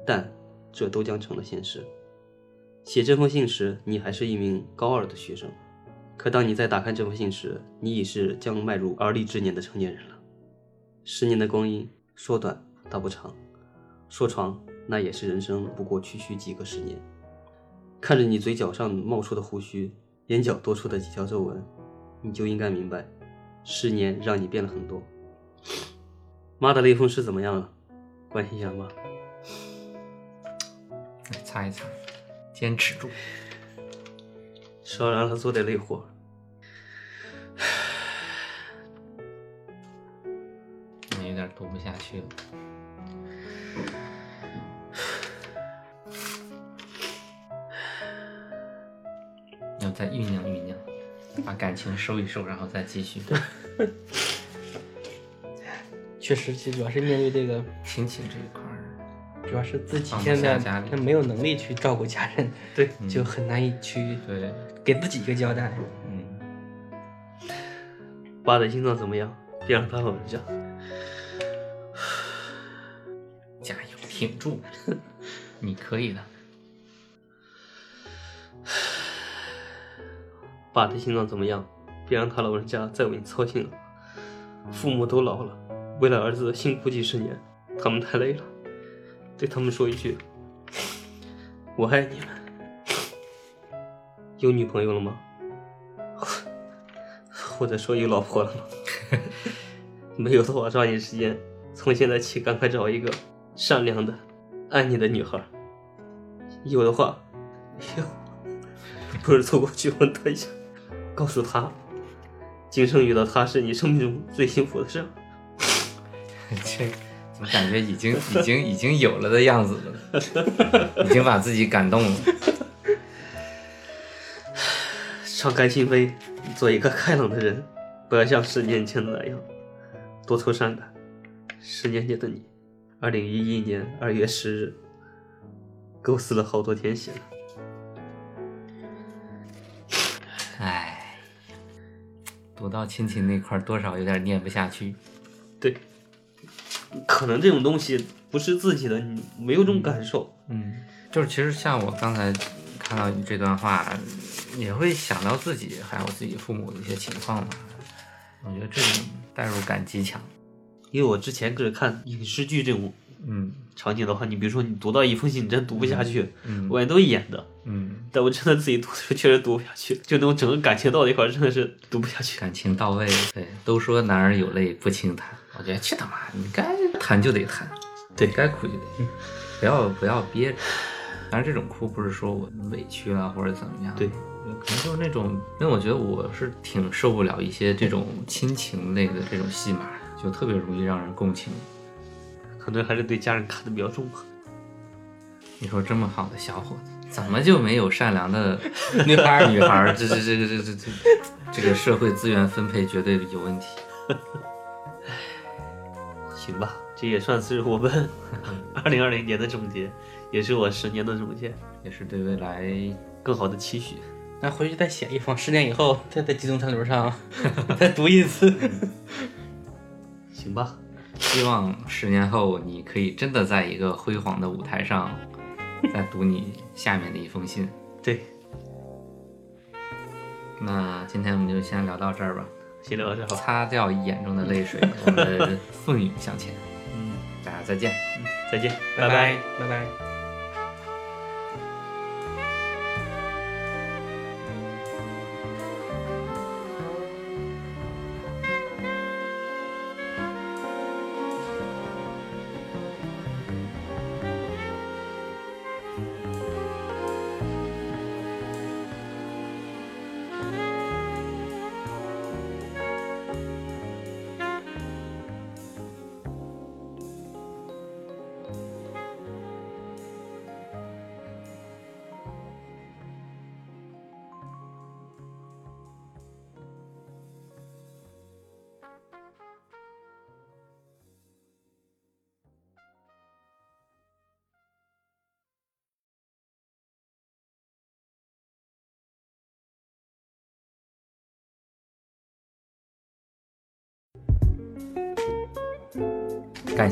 A: 但这都将成了现实。写这封信时，你还是一名高二的学生。可当你再打开这封信时，你已是将迈入而立之年的成年人了。十年的光阴，说短倒不长，说长那也是人生不过区区几个十年。看着你嘴角上冒出的胡须，眼角多出的几条皱纹，你就应该明白，十年让你变了很多。妈的雷锋师怎么样了？关心一下妈。
B: 擦一擦，坚持住。
A: 少让他做点累活。
B: 我有点读不下去了。 要再酝酿酝酿，把感情收一收，然后再继续。
C: 确实，其实主要是面对这个，
B: 亲情这一块儿，
C: 主要是自己
B: 放不
C: 现
B: 下
C: 在
B: 家里嗯
C: 他没有能力去照顾家人，对，就很难以去
B: 对，
C: 给自己一个交代。
B: 嗯，
A: 爸的心脏怎么样？别让他老人家。
B: 加油，挺住， 你可以的。
A: 爸的心脏怎么样？别让他老人家再为你操心了。父母都老了，为了儿子辛苦几十年，他们太累了。对他们说一句：我爱你们。有女朋友了吗？ 或者说有老婆了吗？ 没有的话，抓紧时间，从现在起赶快找一个善良的、爱你的女孩。有的话， 不是凑过去吻他一下，告诉他，今生遇到他是你生命中最幸福的事儿。
B: 这怎么感觉已经已经已经有了的样子了？已经把自己感动了。
A: 敞开心扉，做一个开朗的人，不要像十年前的那样，多愁善感。十年前的你，二零一一年二月十日，构思了好多天写的。
B: 唉，读到亲情那块儿，多少有点念不下去。
A: 对，可能这种东西不是自己的，你没有这种感受。
B: 嗯，就是其实像我刚才看到你这段话，也会想到自己还有自己父母的一些情况嘛。我觉得这种代入感极强。
A: 因为我之前是看影视剧这种
B: 嗯
A: 场景的话，你比如说你读到一封信，你真读不下去，
B: 嗯
A: 我也都演的。
B: 嗯，
A: 但我真的自己读 的时候确实读不下去，就那种整个感情到那块儿真的是读不下去。
B: 感情到位。对，都说男儿有泪不轻弹，我觉得去他妈，你该弹就得弹，
A: 对
B: 该哭就得哭，不要不要憋着。当然，这种哭不是说我委屈了或者怎么样，
A: 对
B: 可能就是那种，因为我觉得我是挺受不了一些这种亲情类的这种戏码，就特别容易让人共情。
A: 可能还是对家人看的比较重吧。
B: 你说这么好的小伙子，怎么就没有善良的 女孩儿？女孩儿，这这这这这这这，这个社会资源分配绝对有问题。
A: 行吧，这也算是我们 二零二零年的总结，也是我十年的总结，
B: 也是对未来
A: 更好的期许。
D: 那回去再写一封，十年以后再在集中餐轮 上再读一次。
B: 嗯
A: 行吧，
B: 希望十年后你可以真的在一个辉煌的舞台上，再读你下面的一封信。
A: 对，
B: 那今天我们就先聊到这儿吧，
A: 先聊到这儿吧，
B: 擦掉眼中的泪水，我们奋勇向前。
A: 嗯，
B: 大家再见。
A: 再见，
D: 拜
A: 拜
D: 拜。拜拜
B: 感